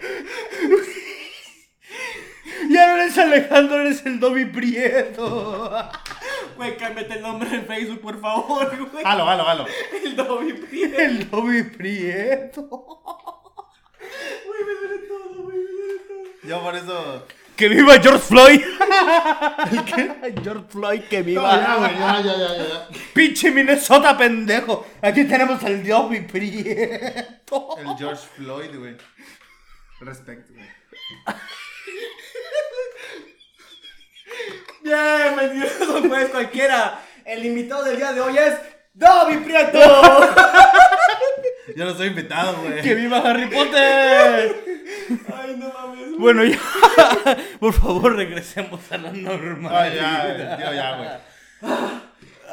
C: ¡Ya no eres Alejandro, eres el Dobby Prieto!
A: Güey, cámbiate el nombre en Facebook, por favor, güey.
B: Halo, halo, halo.
A: El Dobby Prieto.
C: ¡El Dobby Prieto!
A: Güey, me duele todo, güey, me duele todo.
B: Yo por eso.
C: ¡Que viva George Floyd! George Floyd, que
B: No,
C: viva.
B: ya, güey, ya, ya, ya, ya, ya.
C: ¡Pinche Minnesota, pendejo! Aquí tenemos al Dobby Prieto.
B: El George Floyd, güey. Respecto, güey.
A: Bien, mentiroso, pues cualquiera. El invitado del día de hoy es Dobby Prieto.
B: Yo no soy invitado,
C: ¡Que
B: güey.
C: viva Harry Potter!
A: Ay, no mames. güey.
C: Bueno, ya. Por favor, regresemos a la
B: Ah,
C: normalidad.
B: ya, güey. Tío, ya, güey.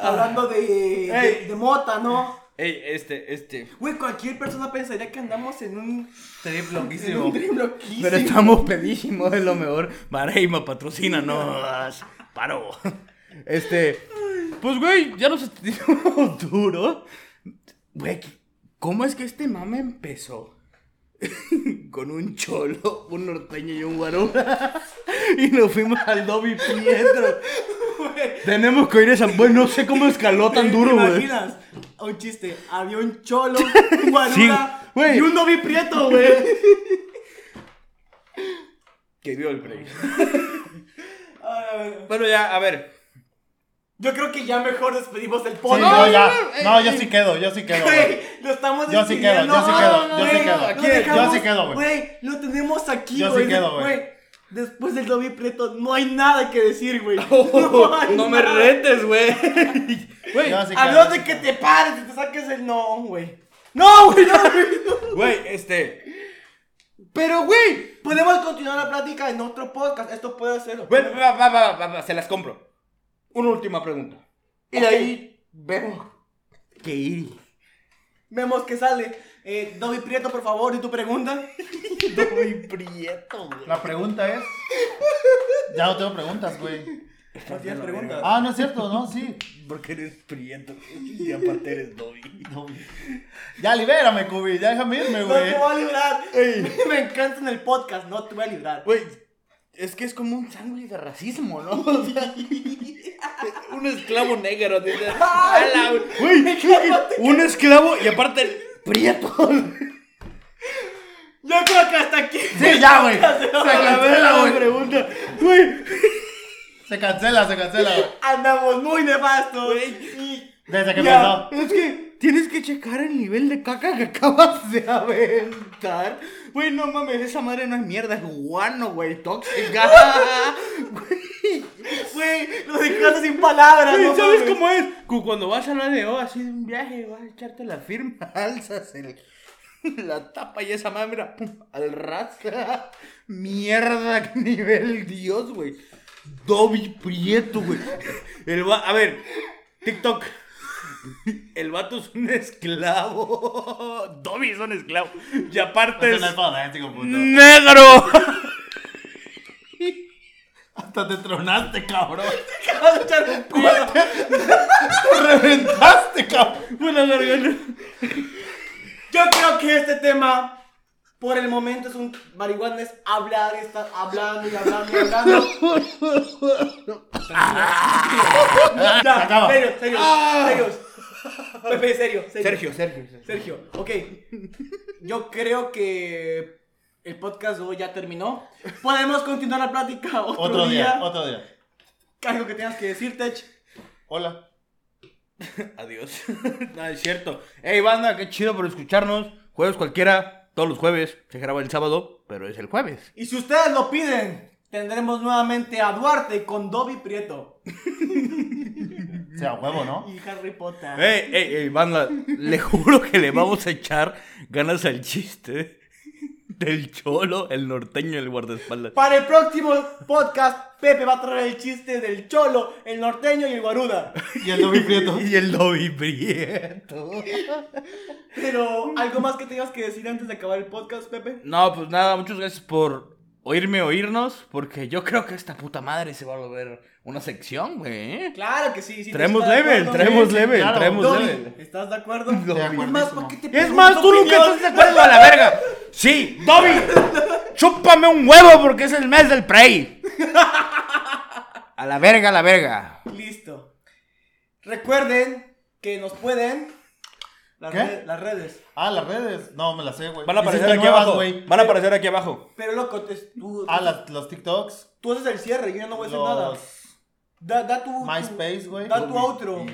A: Hablando de, de,
C: Ey.
A: de mota, ¿no?
C: Ey, este, este.
A: Güey, cualquier persona pensaría que andamos en un,
B: Trip
A: en un
B: loquísimo.
A: dream loquísimo.
C: Pero estamos pedísimos, es lo mejor. Mareima, patrocínanos. Paro. Este. Pues, güey, ya nos sentimos duro. Güey, ¿cómo es que este mame empezó? Con un cholo, un norteño y un guarón. Y nos fuimos al Dobby Pietro. Tenemos que ir a San Güey, no sé cómo escaló tan duro,
A: ¿Te
C: güey.
A: imaginas? Un chiste. Había un cholo, un guarura
C: Sí, güey.
A: y un Dobby Prieto, güey.
C: Que dio el break.
A: Ay,
C: Bueno, ya, a ver.
A: Yo creo que ya mejor despedimos el
B: Sí,
A: podcast.
B: no, ya.
C: no,
B: No,
C: eh,
B: yo
C: eh.
B: sí quedo, yo sí quedo. güey.
A: Güey, lo estamos
B: Yo sí
A: despidiendo.
B: quedo, yo sí
A: No, no,
B: quedo, yo sí
A: güey,
B: quedo.
A: lo
B: Aquí, yo
A: dejamos-
B: sí quedo, güey.
A: Güey, lo tenemos aquí,
B: Yo sí
A: güey.
B: quedo, güey.
A: Después del Dobby Prieto no hay nada que decir, güey. hay
C: no me
A: nada.
C: retes, güey. Güey,
B: Yo sí
A: A
B: quedo.
A: menos de que te pares y te saques el no, güey. No, güey, no, güey. no.
C: Güey, este. Pero, güey.
A: Podemos continuar la plática en otro podcast. Esto puede ser.
C: Güey, va, va, va, va, va, se las compro.
E: Una última pregunta. Y de ahí vemos que Iri.
A: Vemos que sale. Eh, Dobby Prieto, por favor, y tu pregunta.
C: Dobby Prieto, güey.
B: La pregunta es. Ya no tengo preguntas, güey.
A: No tienes preguntas.
B: Ah, no es cierto, no, sí.
C: Porque eres Prieto y aparte eres Dobby.
B: Ya libérame, Cubi, ya déjame irme,
A: No
B: güey.
A: te voy a librar. Me encanta en el podcast. No te voy a librar.
C: Güey, es que es como un sándwich de racismo, ¿no? O sea, un esclavo negro. de- de- ala, güey. Güey, un esclavo y aparte Prieto.
A: Yo creo que hasta aquí.
B: Sí, ya, güey. Se
C: A ver
B: cancela,
C: la
B: güey.
C: pregunta. Güey,
B: Se cancela, se cancela. güey.
A: Andamos muy nefastos. Y
B: Desde que
C: Ya,
B: empezó.
C: es que tienes que checar el nivel de caca que acabas de aventar. Güey, no mames, esa madre no es mierda, es guano, güey, tóxica. Güey,
A: Güey, los dejaste sin palabras,
C: güey,
A: no
C: ¿sabes
A: mames.
C: cómo es? Cu- Cuando vas a la de O, así de un viaje, vas a echarte la firma, alzas el- la tapa y esa madre, mira, pum, al ras. Mierda, qué nivel Dios, güey. Dobby Prieto, güey. El va- a ver, TikTok. El vato es un esclavo. Dobby es un esclavo. Y aparte
B: Eso
C: es
B: no es fonético, puto.
C: negro.
B: Hasta te tronaste, cabrón.
A: Acabas de echar un pedo.
B: Te reventaste, cabrón.
C: Bueno, garganta.
A: Yo creo que este tema, por el momento, es un marihuana, es hablar, estar hablando y hablando y hablando.
B: Se
A: ya,
B: acaba.
A: serios, serios, serios. Pepe, serio, serio.
C: Sergio, Sergio. Sergio.
A: Sergio, ok. Yo creo que el podcast de hoy ya terminó. Podemos continuar la plática otro,
B: Otro
A: día.
B: día, otro día.
A: Algo que tengas que decir, Tech.
B: Hola.
C: Adiós. no, es cierto. Hey, banda, qué chido por escucharnos. Jueves cualquiera, todos los jueves. Se graba el sábado, pero es el jueves.
A: Y si ustedes lo piden, tendremos nuevamente a Duarte con Dobby Prieto
B: O sea, huevo, ¿no? Eh,
A: y Harry Potter.
C: Hey, hey, hey, banda, le juro que le vamos a echar ganas al chiste del cholo, el norteño y el guardaespaldas.
A: Para el próximo podcast, Pepe va a traer el chiste del cholo, el norteño y el guaruda.
B: Y el Dobby Prieto.
C: Y el Dobby Prieto.
A: Pero, ¿algo más que tengas que decir antes de acabar el podcast, Pepe?
C: No, pues nada, muchas gracias por oírme oírnos, porque yo creo que esta puta madre se va a volver una sección, güey. ¿eh?
A: Claro que sí, sí.
C: Traemos
A: ¿estás de
C: level,
A: acuerdo?
C: traemos
A: Sí,
C: level,
B: claro.
C: traemos
A: Dobby,
C: level.
A: ¿estás de acuerdo?
B: De acuerdo.
A: Es más, ¿por qué te
C: Es más, tú
A: pregunto
C: nunca
A: opinión?
C: estás de acuerdo a la verga. Sí, Dobby, chúpame un huevo porque es el mes del Prey. A la verga, a la verga.
A: Listo. Recuerden que nos pueden... Las,
B: ¿Qué?
A: re- las redes.
B: Ah, las redes. No, me las sé, güey.
C: Van a aparecer
B: Hiciste
C: aquí
B: nuevas,
C: abajo.
B: güey.
C: Van a aparecer aquí abajo.
A: Pero loco, te- tú,
B: Ah, las, los TikToks.
A: tú haces el cierre, yo ya no voy a decir nada.
B: Los
A: Da, da tu... tu-
B: MySpace, güey.
A: Da tu outro.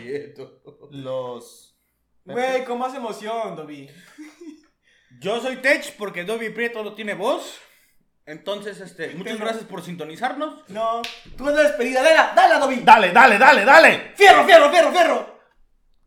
B: Los.
A: Güey, con más emoción, Dobby.
C: Yo soy Tech porque Dobby Prieto no tiene voz. Entonces, este, muchas gracias por sintonizarnos.
A: No, tú haz la despedida, dala, dala, Dobby.
B: Dale, dale, dale, dale.
A: Fierro, fierro, fierro, fierro.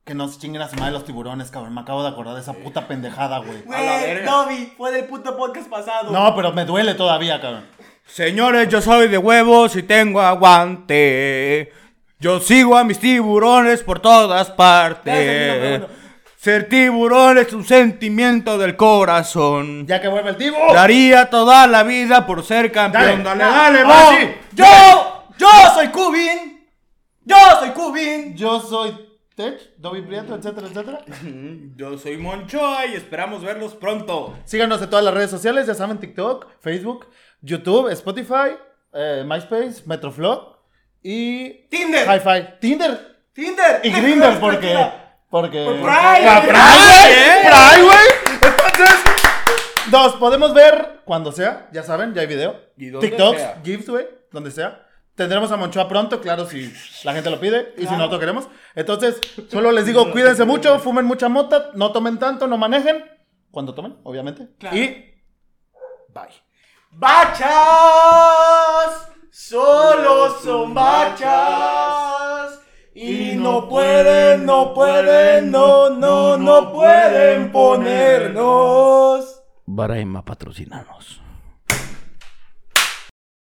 B: Que no se chinguen a su madre los tiburones, cabrón. Me acabo de acordar de esa puta pendejada, güey.
A: Güey,
C: la verga.
A: Dobby, fue del puto podcast pasado.
B: No, pero me duele todavía, cabrón.
C: Señores, yo soy de huevos y tengo aguante. Yo sigo a mis tiburones por todas
A: Ya, seguí,
C: partes.
A: bueno.
C: Ser tiburón es un sentimiento del corazón.
B: Ya que vuelve el tibu.
C: Daría toda la vida por ser campeón. ¡Oh!
B: Dale,
C: dale,
B: ahora
C: va.
B: sí.
A: Yo, yo soy Cubin. Yo soy Cubin.
B: Yo soy Tech, Dobby Prieto, etcétera, etcétera.
C: Yo soy Monchoa y esperamos verlos pronto.
B: Síganos en todas las redes sociales, ya saben, TikTok, Facebook, YouTube, Spotify, eh, MySpace, Metroflog y
A: Tinder.
B: Hi-Fi, Tinder
A: Tinder.
B: y Grindr porque porque
A: Por Pride.
B: Ah,
C: ¿Eh?
B: Pride, güey. Pride, güey. Entonces nos podemos ver cuando sea, ya saben, ya hay video.
C: Y donde
B: TikToks,
C: sea.
B: GIFs, güey, donde sea. Tendremos a Monchoa pronto, claro, si la gente lo pide y si
A: Claro.
B: no lo queremos. Entonces, solo les digo, cuídense mucho, fumen mucha mota, no tomen tanto, no manejen. Cuando tomen, obviamente.
A: Claro.
B: Y Bye.
A: Bachas. Solo son bachas. Y no pueden, no pueden, no, no, no pueden ponernos.
C: Baraima, patrocinanos.